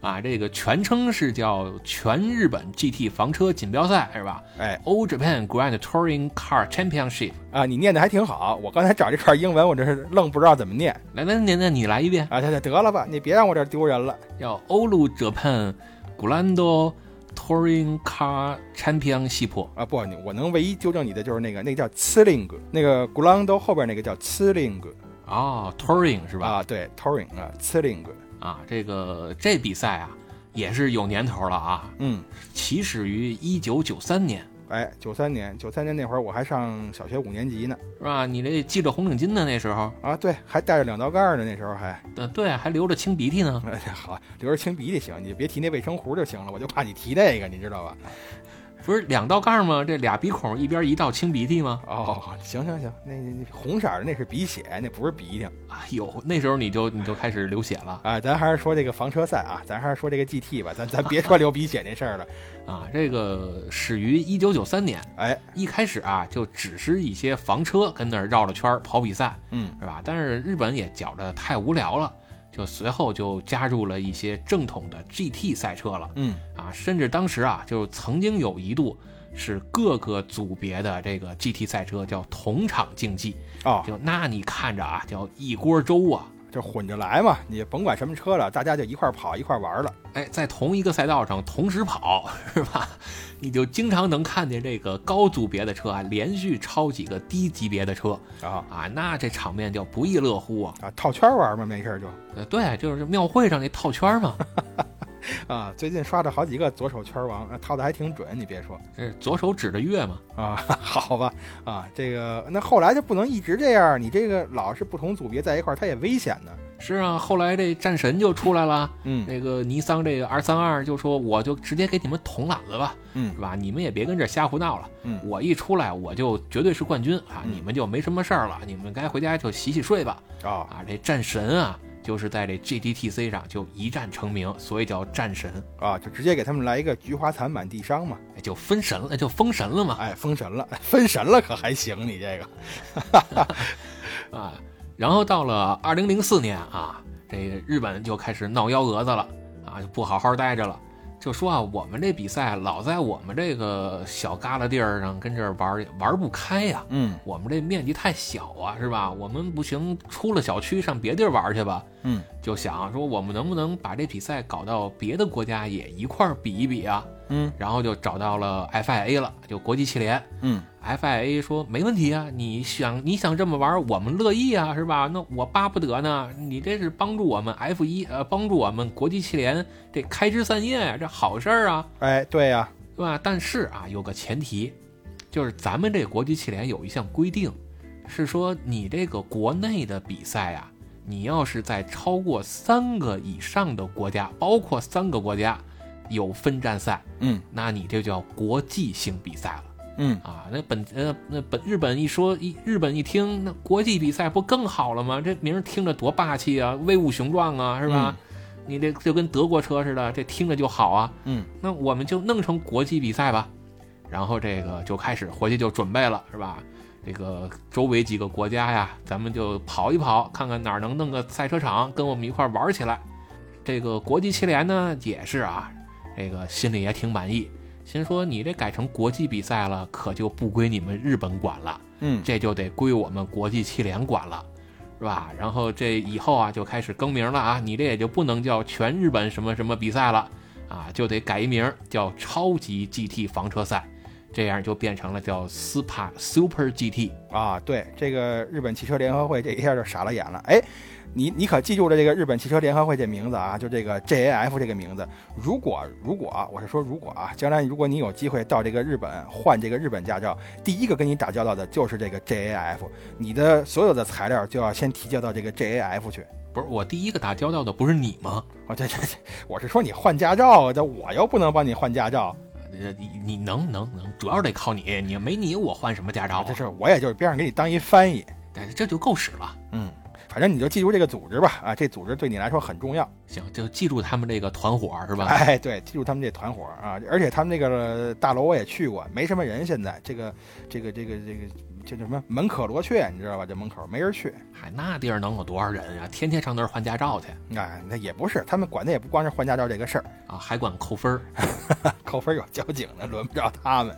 啊，这个全称是叫全日本 GT 房车锦标赛，是吧
哎
？All Japan Grand Touring Car Championship。
啊，你念的还挺好。我刚才找这串英文，我这是愣不知道怎么念
来来，念念你来一遍，
啊。这这得了吧，你别让我这儿丢人了。
叫 All Olu Japan Grando Touring Car Championship。
啊，不，你我能唯一纠正你的就是那个那个叫 c i l i n g 那个 g u l a n d o 后边那个叫 c i l i n g
哦，Touring 是吧？
啊，对 Touring 啊 c i l i n g
啊，这个这比赛啊也是有年头了啊，
嗯，
起始于一九九三年，
哎，九三年，九三年那会儿我还上小学五年级呢，
是吧？你这系着红领巾的那时候，
啊，对，还带着两道杠儿呢，那时候还， [laughs]
呃，对，还流着清鼻涕呢。
哎呀，好，留着清鼻涕行，你别提那卫生壶就行了，我就怕你提那个，你知道吧？
不是两道杠吗？这俩鼻孔一边一道清鼻涕吗？
哦，行行行，那那那红色儿的那是鼻血，那不是鼻涕。
哎呦，那时候你就你就开始流血了
啊，咱还是说这个房车赛啊，咱还是说这个 GT 吧，咱咱别说流鼻血那事儿了。
啊！这个始于一九九三年，
哎，
一开始啊就只是一些房车跟那儿绕着圈儿跑比赛，
嗯，
是吧？但是日本也觉着太无聊了，就随后就加入了一些正统的 GT 赛车了
嗯，
啊！甚至当时啊，就曾经有一度是各个组别的这个 GT 赛车叫同场竞技，
哦，
就那你看着啊，叫一锅粥啊！
就混着来嘛，你甭管什么车了，大家就一块儿跑一块儿玩儿了。
哎，在同一个赛道上同时跑， [laughs] 是吧？你就经常能看见这个高组别的车啊，连续超几个低级别的车
啊
啊，那这场面叫不亦乐乎啊！
啊，套圈儿玩儿嘛，没事儿就
呃，对，就是庙会上那套圈嘛， [laughs]
啊。最近刷着好几个左手圈王，啊套的还挺准，你别说
这呃左手指着月嘛。
啊， [laughs] 好吧啊，这个那后来就不能一直这样，你这个老是不同组别在一块儿，它也危险呢。
是啊，后来这战神就出来了，
嗯
那个尼桑这个二三二就说，我就直接给你们捅懒子吧，
嗯
是吧？你们也别跟这瞎胡闹了，
嗯
我一出来我就绝对是冠军啊，
嗯
你们就没什么事儿了，你们该回家就洗洗睡吧。
啊
啊，这战神啊，就是在这 GDTC 上就一战成名，所以叫战神，
啊，就直接给他们来一个菊花残满地伤嘛。
哎就分神了，就封神了嘛
哎，封神了， [laughs] 分神了可还行？你这个
啊。然后到了二零零四年啊，这个日本就开始闹幺蛾子了啊，就不好好待着了。就说啊，我们这比赛老在我们这个小旮旯地儿上跟这儿玩儿玩不开呀、
嗯
我们这面积太小啊，是吧？我们不行，出了小区上别地儿玩去吧。
嗯
就想说我们能不能把这比赛搞到别的国家也一块儿比一比啊？
嗯
然后就找到了 FIA 了，就国际汽联。
嗯
FIA 说没问题啊，你想你想这么玩，我们乐意啊，是吧？那我巴不得呢，你这是帮助我们 F 一呃，帮助我们国际汽联这开枝散叶呀，这好事儿啊，
哎，对呀、
对吧？但是啊，有个前提，就是咱们这国际汽联有一项规定，是说你这个国内的比赛啊，你要是在超过三个以上的国家，包括三个国家有分站赛，
嗯
那你这就叫国际性比赛了
嗯
啊！那本呃那本日本一说一日本一听，那国际比赛不更好了吗？这名儿听着多霸气啊，威武雄壮啊，是吧？你这就跟德国车似的，这听着就好啊。
嗯
那我们就弄成国际比赛吧。然后这个就开始回去就准备了，是吧？这个周围几个国家呀，咱们就跑一跑，看看哪儿能弄个赛车场，跟我们一块儿玩起来。这个国际汽联呢也是啊，这个心里也挺满意，心说你这改成国际比赛了，可就不归你们日本管了。
嗯
这就得归我们国际汽联管了，是吧？然后这以后啊就开始更名了啊，你这也就不能叫全日本什么什么比赛了啊，就得改一名叫超级 GT 房车赛，这样就变成了叫 Super Super GT
啊，对，这个日本汽车联合会这一下就傻了眼了。哎，你你可记住了这个日本汽车联合会这名字啊，就这个 JAF 这个名字。如果如果啊，我是说如果啊，将来如果你有机会到这个日本换这个日本驾照，第一个跟你打交道的就是这个 JAF，你的所有的材料就要先提交到这个 JAF 去。
不是我第一个打交道的不是你吗？
啊，对对对，我是说你换驾照啊，但我又不能帮你换驾照。
呃你你能能能，主要得靠你，你没你我换什么驾照
啊，
啊
这？事儿我也就是边上给你当一翻译，
但是这就够使了。
嗯，反正你就记住这个组织吧，啊，这组织对你来说很重要，
行，就记住他们这个团伙是吧？
[laughs] 哎，对，记住他们这团伙啊，而且他们这个大楼我也去过，没什么人，现在这个这个这个这个这叫什么门可罗雀，你知道吧？这门口没人去，
嗨，哎那地儿能有多少人啊？天天上那儿换驾照去
啊，那也不是，他们管的也不光是换驾照这个事儿，
啊，还管扣分儿。
扣分有交警的，轮不着他们，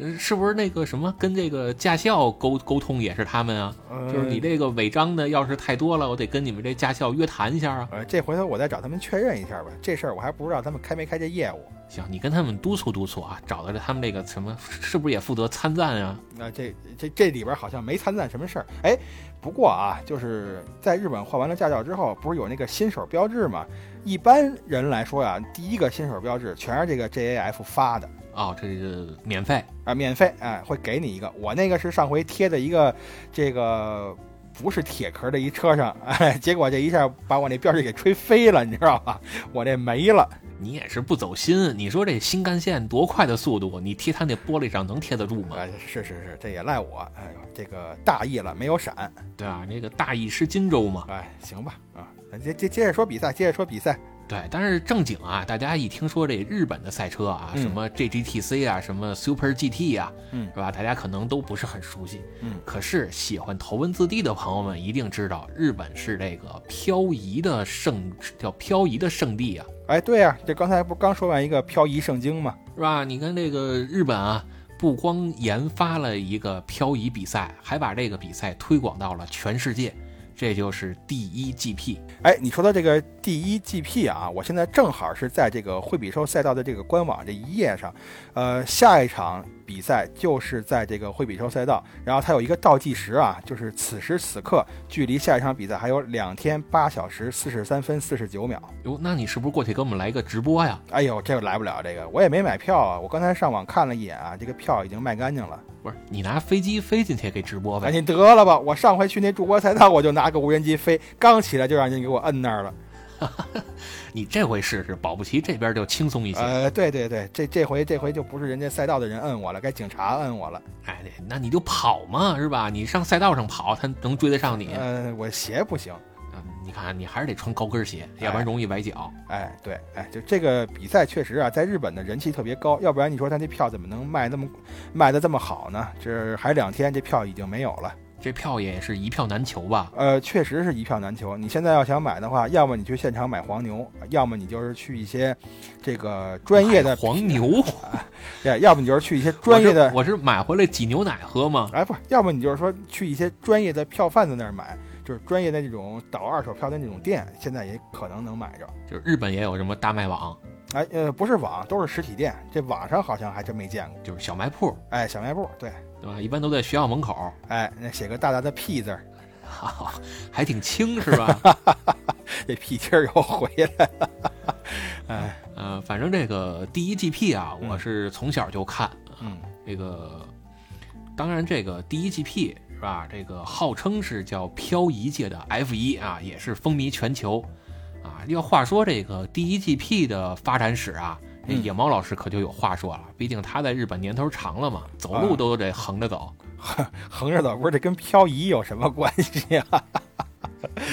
呃是不是那个什么跟这个驾校沟沟通也是他们啊？就是你
这，
这个违章的要是太多了，我得跟你们这驾校约谈一下啊。
呃，这回头我再找他们确认一下吧。这事儿我还不知道他们开没开这业务。
行，你跟他们督促督促啊，找到了他们这个什么，是不是也负责参赞啊？
那这这这里边好像没参赞什么事儿。哎，不过啊，就是在日本换完了驾照之后，不是有那个新手标志吗？一般人来说呀、第一个新手标志全是这个 JAF 发的
哦，这是免费
啊，免费哎，会给你一个。我那个是上回贴的一个这个不是铁壳的一车上，哎，结果这一下把我那标志给吹飞了，你知道吧？我这没了。
你也是不走心。你说这新干线多快的速度，你贴他那玻璃上能贴得住吗？
啊，是是是，这也赖我。哎呦，这个大意了，没有闪。
对吧？那个大意失荆州嘛。
哎，行吧，啊，咱接接接着说比赛，接着说比赛。
对，但是正经啊，大家一听说这日本的赛车啊，
嗯
什么 JGTC 啊，什么 Super GT 啊，
嗯
是吧？大家可能都不是很熟悉。
嗯，
可是喜欢头文字 D 的朋友们一定知道，日本是这个漂移的圣，叫漂移的圣地啊，
哎，对呀、这刚才不刚说完一个漂移圣经吗？
是吧？你看这个日本啊，不光研发了一个漂移比赛，还把这个比赛推广到了全世界，这就是第一 GP。
哎，你说到这个第一 GP 啊，我现在正好是在这个惠比寿赛道的这个官网这一页上，呃，下一场比赛就是在这个惠比寿赛道，然后它有一个倒计时啊，就是此时此刻距离下一场比赛还有两天八小时四十三分四十九秒。
哟，那你是不是过去给我们来一个直播呀？
哎呦，这个来不了，这个我也没买票啊，我刚才上网看了一眼啊，这个票已经卖干净了。
不是，你拿飞机飞进去给直播
哎，
呗？
你得了吧，我上回去那筑波赛道我就拿个无人机飞，刚起来就让您给我摁那儿了。
你这回试试，保不齐这边就轻松一些。
呃，对对对，这这回这回就不是人家赛道的人摁我了，该警察摁我了。
哎，那你就跑嘛，是吧？你上赛道上跑，他能追得上你。
呃，我鞋不行。
啊你看，你还是得穿高跟鞋，要不然容易崴脚。
哎，对，哎，就这个比赛确实啊，在日本的人气特别高，要不然你说他这票怎么能卖那么卖的这么好呢？这还两天，这票已经没有了。
这票也是一票难求吧？
呃，确实是一票难求。你现在要想买的话，要么你去现场买黄牛，要么你就是去一些这个专业的
买黄，牛，
对，要么你就是去一些专业的
我是我是买回来挤牛奶喝嘛。
哎，不是，要么你就是说去一些专业的票贩子那儿买，就是专业的那种倒二手票的那种店，现在也可能能买着。
就是日本也有什么大麦网，
哎，呃，不是网，都是实体店，这网上好像还真没见过。
就是小卖铺，
哎，小卖部，对，
对吧？一般都在学校门口，
哎，那写个大大的 P 字儿，
哈哈，还挺轻，是吧？
[laughs] 这屁劲儿又回来了。哎，
呃，反正这个第一 GP 啊，
嗯
我是从小就看。
嗯，
这个，当然这个第一 GP 是吧？这个号称是叫漂移界的 F 1啊，也是风靡全球啊。要话说这个第一 GP 的发展史啊，这
嗯
野猫老师可就有话说了，毕竟他在日本年头长了嘛，走路
啊
都得横着走，
横着走不是这跟漂移有什么关系啊？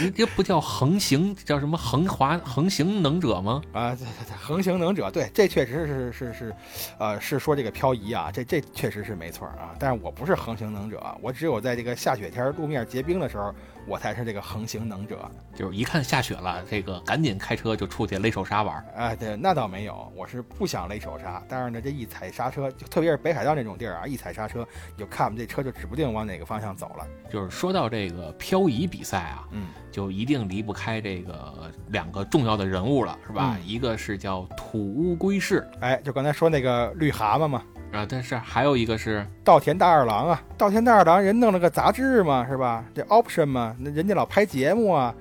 你这不叫横行，这叫什么横滑横行能者吗？
啊，这这这横行能者，对，这确实是是是，呃，是说这个漂移啊，这这确实是没错儿啊。但是我不是横行能者，我只有在这个下雪天儿路面结冰的时候，我才是这个横行能者。
就是一看下雪了，这个赶紧开车就出去勒手刹玩儿。
啊，对，那倒没有，我是不想勒手刹，但是呢，这一踩刹车，就特别是北海道那种地儿啊，一踩刹车，你就看我们这车就指不定往哪个方向走了。
就是说到这个漂移比赛啊，
嗯，
就一定离不开这个两个重要的人物了，是吧？
嗯
一个是叫土屋圭市
哎，就刚才说那个绿蛤蟆嘛，
啊，但是还有一个是
稻田大二郎啊，稻田大二郎人弄了个杂志嘛，是吧？这 Option 嘛，那人家老拍节目啊，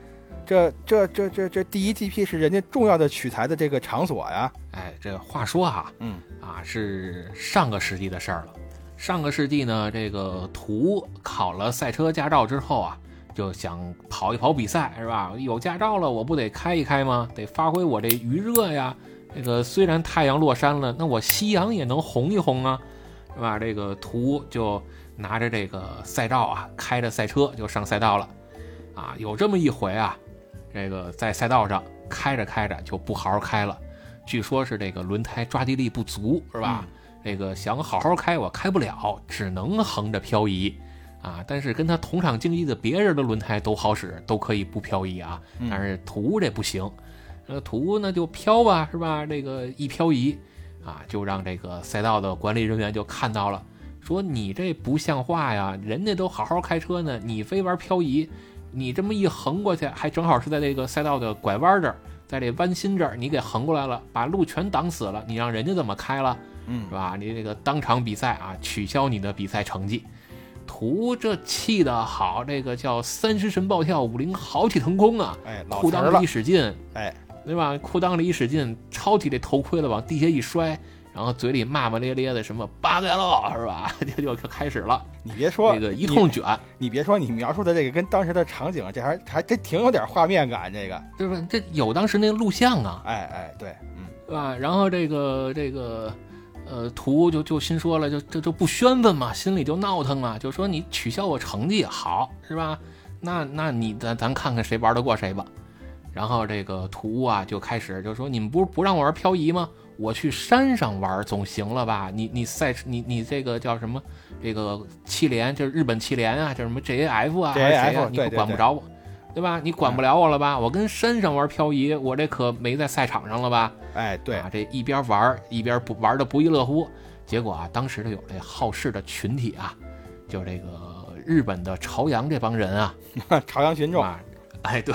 这这这这这第一 GP 是人家重要的取材的这个场所呀。
哎，这话说啊，
嗯，
啊是上个世纪的事儿了。上个世纪呢，这个图考了赛车驾照之后啊，就想跑一跑比赛，是吧？有驾照了，我不得开一开吗？得发挥我这余热呀。这个虽然太阳落山了，那我夕阳也能红一红啊，是吧？这个图就拿着这个赛照啊，开着赛车就上赛道了。啊，有这么一回啊，这个在赛道上开着开着就不好好开了。据说是这个轮胎抓地力不足，是吧？这个想好好开我开不了，只能横着漂移啊。但是跟他同场竞技的别人的轮胎都好使，都可以不漂移啊。
嗯
但是图这不行，呃，图那就飘吧，是吧？这个一漂移啊，就让这个赛道的管理人员就看到了，说你这不像话呀，人家都好好开车呢，你非玩漂移，你这么一横过去，还正好是在这个赛道的拐弯这儿，在这弯心这儿，你给横过来了，把路全挡死了，你让人家怎么开了？
嗯
是，吧？你这个当场比赛啊，取消你的比赛成绩。图这气的好，这个叫三尸神暴跳，五灵豪气腾空啊！
哎，老
裤
词儿
裆
了
里一，使劲，
哎，
对吧？裤裆里一使劲，抄起这头盔了，往地下一摔，然后嘴里骂骂咧咧的，什么八嘎喽，是吧？ [laughs] 这就开始了，
你别说
这个一通卷，
你别说，你描述的这个跟当时的场景，这还还真挺有点画面感。这个，
就是这有当时那个录像啊，
哎哎，对，嗯，
对吧？然后这个这个，呃，图就就心说了，就这就不宣愤嘛，心里就闹腾了，就说你取消我成绩好是吧？那那你咱咱看看谁玩得过谁吧。然后这个图啊就开始就说你们不是不让我玩漂移吗？我去山上玩总行了吧？你你赛你你这个叫什么？这个汽联就是日本汽联啊，叫什么 JAF 啊
JAF
还是谁啊？你
对对
管不
对
着我，对吧？你管不了我了吧？我跟山上玩漂移，我这可没在赛场上了吧？
哎对，
啊，这一边玩儿一边不玩的不亦乐乎。结果啊，当时就有这好事的群体啊，就这个日本的朝阳这帮人啊，
[laughs] 朝阳群众，
啊， [laughs] 哎，对，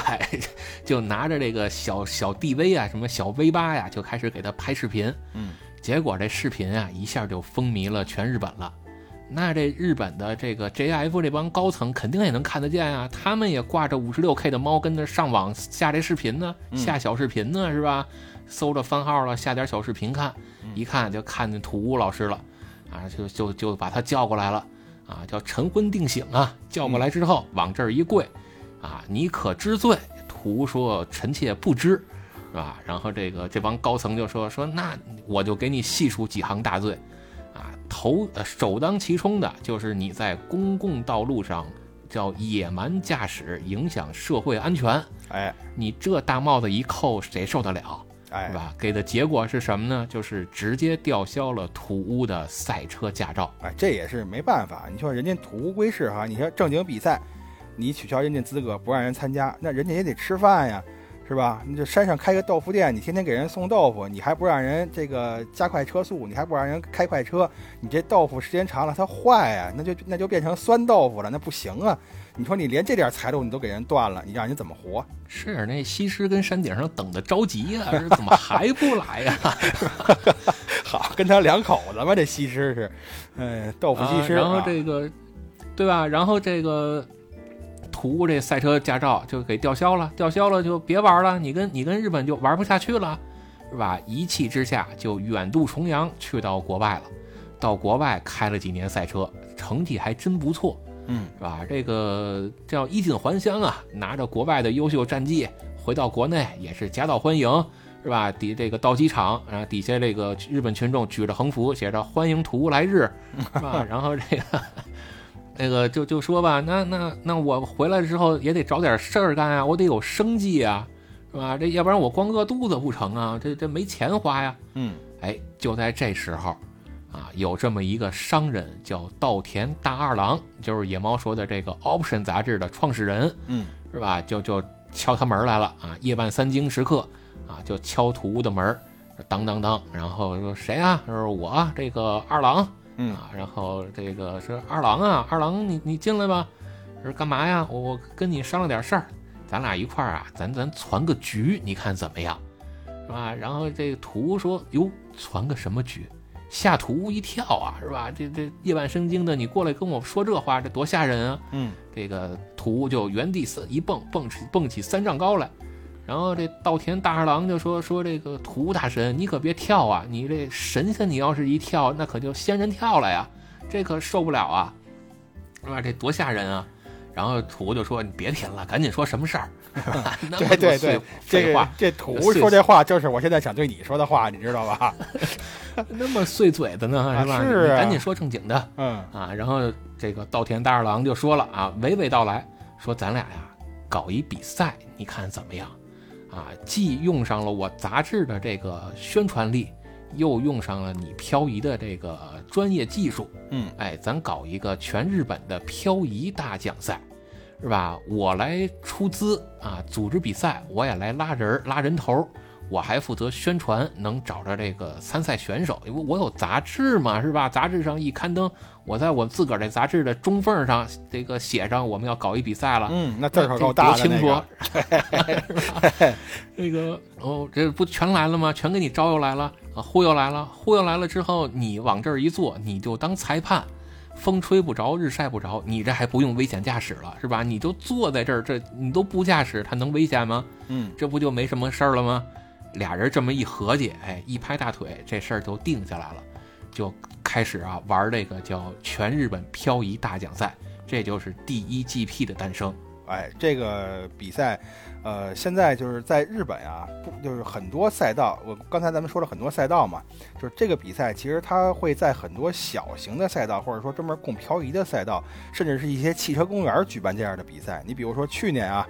就拿着这个小小 DV 啊，什么小 V 八呀，就开始给他拍视频。
嗯，
结果这视频啊，一下就风靡了全日本了。那这日本的这个 JF 这帮高层肯定也能看得见啊，他们也挂着五十六 K 的猫跟那上网下这视频呢，
嗯
下小视频呢，是吧？搜着番号了，下点小视频看，
嗯
一看就看见土屋老师了，啊，就就就把他叫过来了，啊，叫晨昏定醒啊，叫过来之后往这儿一跪，啊，你可知罪？图说臣妾不知，是吧？然后这个这帮高层就说说，那我就给你细数几行大罪，啊，头呃首当其冲的就是你在公共道路上叫野蛮驾驶，影响社会安全，
哎
你这大帽子一扣，谁受得了？是
哎，
吧？给的结果是什么呢？就是直接吊销了土屋的赛车驾照。
哎，这也是没办法。你说人家土乌龟市哈，你说正经比赛，你取消人家资格，不让人参加，那人家也得吃饭呀，是吧？你这山上开个豆腐店，你天天给人送豆腐，你还不让人这个加快车速，你还不让人开快车，你这豆腐时间长了它坏呀，那就那就变成酸豆腐了，那不行啊！你说你连这点财路你都给人断了，你让人怎么活？ [laughs]
是那西施跟山顶上等的着急呀、这怎么还不来呀、
好，跟他两口子嘛，这西施是，嗯，豆腐西施、
啊。然后
啊
这个，对吧？然后这个图这赛车驾照就给吊销了，吊销了就别玩了，你跟你跟日本就玩不下去了，是吧？一气之下就远渡重洋去到国外了，到国外开了几年赛车，成绩还真不错。
嗯，
是吧？这个叫衣锦还乡啊，拿着国外的优秀战绩回到国内也是夹道欢迎，是吧？底这个到机场，然后底下这个日本群众举着横幅，写着“欢迎土屋来日”，是吧？然后这个那个就就说吧，那那那我回来之后也得找点事儿干啊，我得有生计啊，是吧？这要不然我光饿肚子不成啊，这这没钱花呀。
嗯，
哎，就在这时候，啊，有这么一个商人叫稻田大二郎，就是野猫说的这个 Option 杂志的创始人，
嗯，
是吧？就就敲他门来了啊，夜半三更时刻啊，就敲土屋的门儿，当当当，然后说谁啊？他说我啊这个二郎，
嗯
啊，然后这个说二郎啊，二郎你你进来吧，说干嘛呀？我我跟你商量点事儿，咱俩一块儿啊，咱咱攒个局，你看怎么样？是吧？然后这个图说：“哟，传个什么局？”吓图一跳啊，是吧？这这夜半生惊的，你过来跟我说这话，这多吓人啊！
嗯，
这个图就原地三一蹦，蹦起蹦起三丈高来。然后这稻田大二郎就说：“说这个图大神，你可别跳啊！你这神仙，你要是一跳，那可就仙人跳了呀， [laughs] 这可受不了啊！是吧？这多吓人啊！”然后图就说：“你别贫了，赶紧说什么事儿？” [laughs] 那么
对
多
对
碎
对这
废话
个这图说这话就是我现在想对你说的话，你知道
[laughs]
吧？
那么碎嘴的呢，
啊
是吧？
是啊
你赶紧说正经的
嗯，
啊！然后这个稻田大二郎就说了啊，娓娓道来说咱俩呀搞一比赛，你看怎么样？啊，既用上了我杂志的这个宣传力，又用上了你漂移的这个专业技术，
嗯，
哎，咱搞一个全日本的漂移大奖赛，是吧？我来出资啊，组织比赛，我也来拉人儿拉人头儿，我还负责宣传，能找着这个参赛选手，因为我有杂志嘛，是吧？杂志上一刊登，我在我自个儿这杂志的中缝上这个写上我们要搞一比赛了，
嗯，那字儿可够大
这
的
多清
那
楚
个
啊， [laughs] 那个哦，这不全来了吗？全给你招悠来了啊，忽悠来了，忽悠来了之后，你往这儿一坐，你就当裁判，风吹不着，日晒不着，你这还不用危险驾驶了，是吧？你就坐在这儿，这你都不驾驶，它能危险吗？
嗯，
这不就没什么事儿了吗？俩人这么一合计，哎，一拍大腿，这事儿就定下来了，就开始啊玩这个叫全日本漂移大奖赛，这就是第一 GP 的诞生。
哎，这个比赛，呃，现在就是在日本啊，不就是很多赛道，我刚才咱们说了很多赛道嘛，就是这个比赛其实它会在很多小型的赛道，或者说专门供漂移的赛道，甚至是一些汽车公园举办这样的比赛。你比如说去年啊，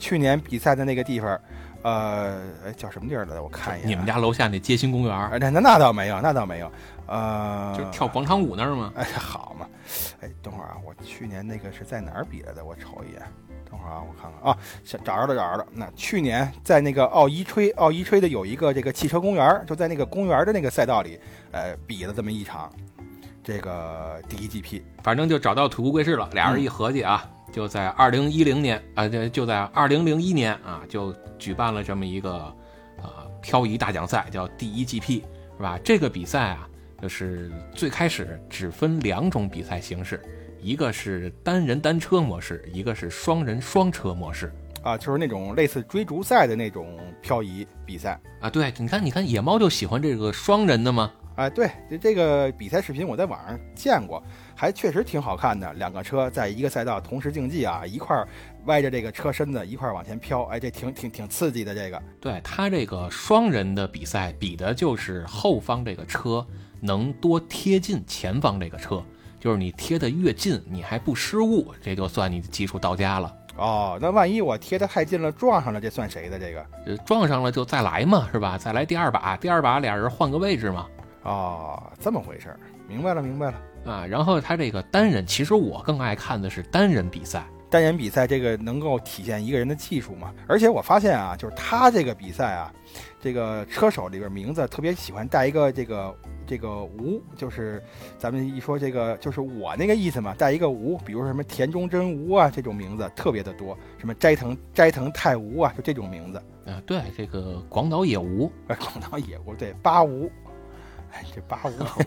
去年比赛的那个地方，呃，哎叫什么地儿来着？我看一眼啊。
你们家楼下那街心公园儿，
啊？那那那倒没有，那倒没有，呃，
就跳广场舞那儿吗？
哎，好嘛，哎，等会儿啊，我去年那个是在哪儿比来的？我瞅一眼。等会儿啊，我看看啊，想找着了，找着了。那去年在那个奥伊吹，奥伊吹的有一个这个汽车公园儿，就在那个公园儿的那个赛道里，呃，比了这么一场，这个第一 GP。
反正就找到土库贵市了。俩人一合计啊，就在二零一零年啊，这、就在二零零一年啊，就举办了这么一个啊漂移大奖赛，叫第一 GP，是吧？这个比赛啊，就是最开始只分两种比赛形式，一个是单人单车模式，一个是双人双车模式。
啊，就是那种类似追逐赛的那种漂移比赛，
啊，对，你看，你看，野猫就喜欢这个双人的嘛，
哎，对，这这个比赛视频我在网上见过，还确实挺好看的。两个车在一个赛道同时竞技啊，一块儿歪着这个车身子，一块儿往前飘，哎，这挺挺挺刺激的。这个，
对他这个双人的比赛，比的就是后方这个车能多贴近前方这个车，就是你贴得越近，你还不失误，这就算你技术到家了。
哦，那万一我贴得太近了撞上了，这算谁的？这个，
呃，撞上了就再来嘛，是吧？再来第二把，第二把俩人换个位置嘛。
哦，这么回事儿，明白了，明白了。
啊，然后他这个单人，其实我更爱看的是单人比赛。
单人比赛这个能够体现一个人的技术嘛？而且我发现啊，就是他这个比赛啊，这个车手里边名字特别喜欢带一个这个这个吴，就是咱们一说这个就是我那个意思嘛，带一个吴，比如说什么田中真吾啊这种名字特别的多，什么斋藤斋藤太吾啊，就这种名字。 [laughs]
啊，对，这个广岛野无
呃，广岛野吾对八吴，哎，这八吴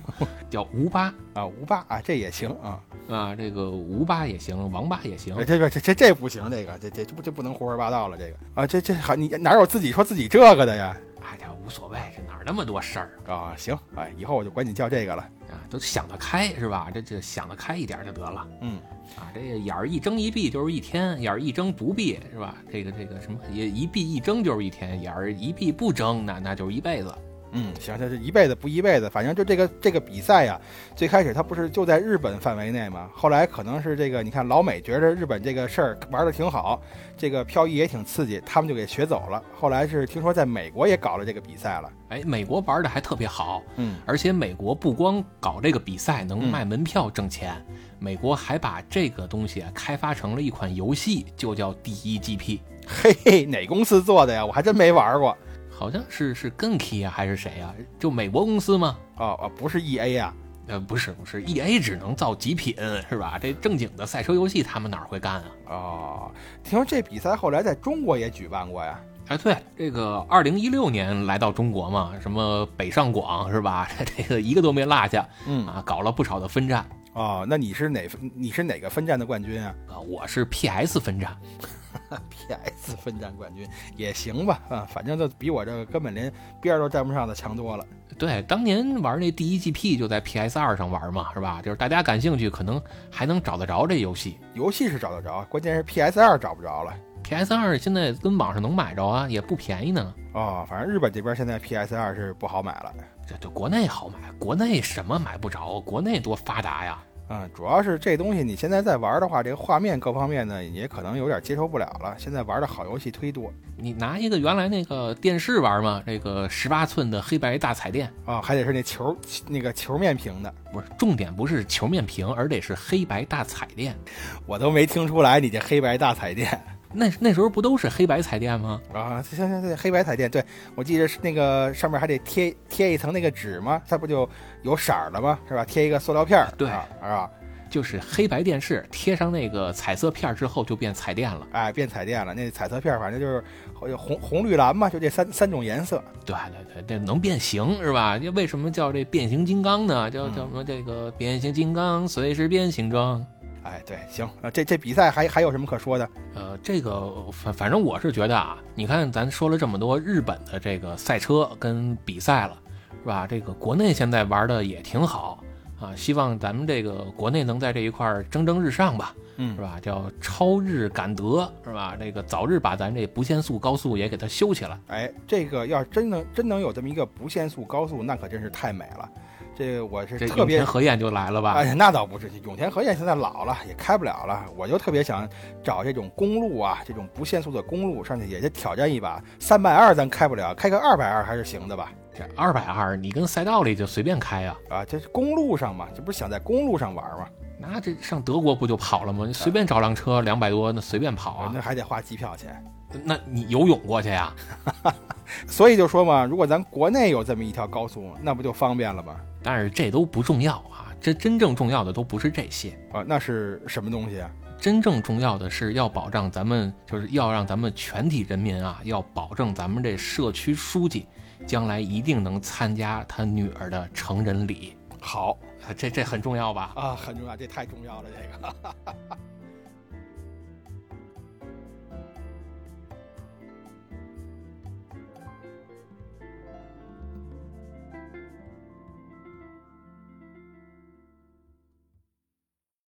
叫吴八
啊，吴八啊，这也行啊。
啊，这个吴八也行，王八也行
哎，。这个这这这不行，这个这这这不这不能胡说八道了，这个啊，这这还你哪有自己说自己这个的呀？
哎呀，无所谓，这哪儿那么多事儿啊
啊，行，哎，以后我就管你叫这个了。
啊，都想得开是吧？这这想得开一点就得了
嗯，
啊！这眼儿一睁一闭就是一天，眼儿一睁不闭是吧？这个这个什么也一闭一睁就是一天，眼儿一闭不睁那那就是一辈子。
嗯，行，这这一辈子不一辈子，反正就这个这个比赛呀、最开始它不是就在日本范围内嘛，后来可能是这个，你看老美觉得日本这个事儿玩的挺好，这个漂移也挺刺激，他们就给学走了。后来是听说在美国也搞了这个比赛了。
哎，美国玩的还特别好，
嗯，
而且美国不光搞这个比赛能卖门票挣钱，美国还把这个东西啊开发成了一款游戏，就叫《第一 GP》，
嘿嘿，哪公司做的呀？我还真没玩过。
好像是是 Genki 啊还是谁啊？就美国公司吗？
哦哦，不是 E A 呀、
呃，不是不是，E A 只能造极品是吧？这正经的赛车游戏他们哪儿会干啊？
哦，听说这比赛后来在中国也举办过呀。
哎，对，这个二零一六年来到中国嘛，什么北上广是吧？ [laughs] 这个一个都没落下
嗯，
啊，搞了不少的分站
哦，那你是哪你是哪个分站的冠军啊？
啊。我是 P S 分站，
PS 分站冠军也行吧，啊，反正就比我这个根本连边儿都沾不上的强多了。
对，当年玩那第一 G P 就在 P S 二上玩嘛，是吧？就是大家感兴趣，可能还能找得着这游戏。
游戏是找得着，关键是 PS 二找不着了。
P S 二现在跟网上能买着啊，也不便宜呢。
哦，反正日本这边现在 PS 二是不好买了。
这这国内好买，国内什么买不着？国内多发达呀！
嗯，主要是这东西你现在在玩的话，这个画面各方面呢也可能有点接受不了了。现在玩的好游戏忒多
你拿一个原来那个电视玩嘛，这个十八寸的黑白大彩电，
啊、还得是那球那个球面屏的，
不是重点，不是球面屏，而得是黑白大彩电。
我都没听出来你这黑白大彩电。
那那时候不都是黑白彩电吗？
啊，行行对，黑白彩电，对我记着是那个上面还得贴贴一层那个纸嘛，它不就有色儿了吗？是吧？贴一个塑料片儿，
对
啊，是吧？
就是黑白电视贴上那个彩色片儿之后就变彩电了。
哎，变彩电了，那彩色片儿反正就是红红绿蓝嘛，就这三三种颜色。
对对对，这能变形是吧？这为什么叫这变形金刚呢？叫叫什么？这个变形金刚随时变形装。
哎，对，行，啊、这这比赛还还有什么可说的？
呃，这个反反正我是觉得啊，你看咱说了这么多日本的这个赛车跟比赛了，是吧？这个国内现在玩的也挺好啊，希望咱们这个国内能在这一块儿蒸蒸日上吧，
嗯
是，吧？叫超日赶德，是吧？这个早日把咱这不限速高速也给它修起来。
哎，这个要真能真能有这么一个不限速高速，那可真是太美了。这个我是
这
特
永
别
田和彦就来了吧？
哎呀，那倒不是，永田和彦现在老了，也开不了了。我就特别想找这种公路啊，这种不限速的公路上去，也去挑战一把。三百二咱开不了，开个二百二还是行的吧？
这二百二，你跟赛道里就随便开呀、
啊，这是公路上嘛，这不是想在公路上玩嘛？
那这上德国不就跑了吗？你随便找辆车两百多，那随便跑啊
那。还得花机票钱。
那你游泳过去呀、
所以就说嘛，如果咱国内有这么一条高速，那不就方便了吗？
但是这都不重要啊，这真正重要的都不是这些，
啊，那是什么东西啊？
真正重要的是要保障咱们，就是要让咱们全体人民啊，要保证咱们这社区书记将来一定能参加他女儿的成人礼，
好
啊这这很重要吧？
啊，很重要，这太重要了，这个。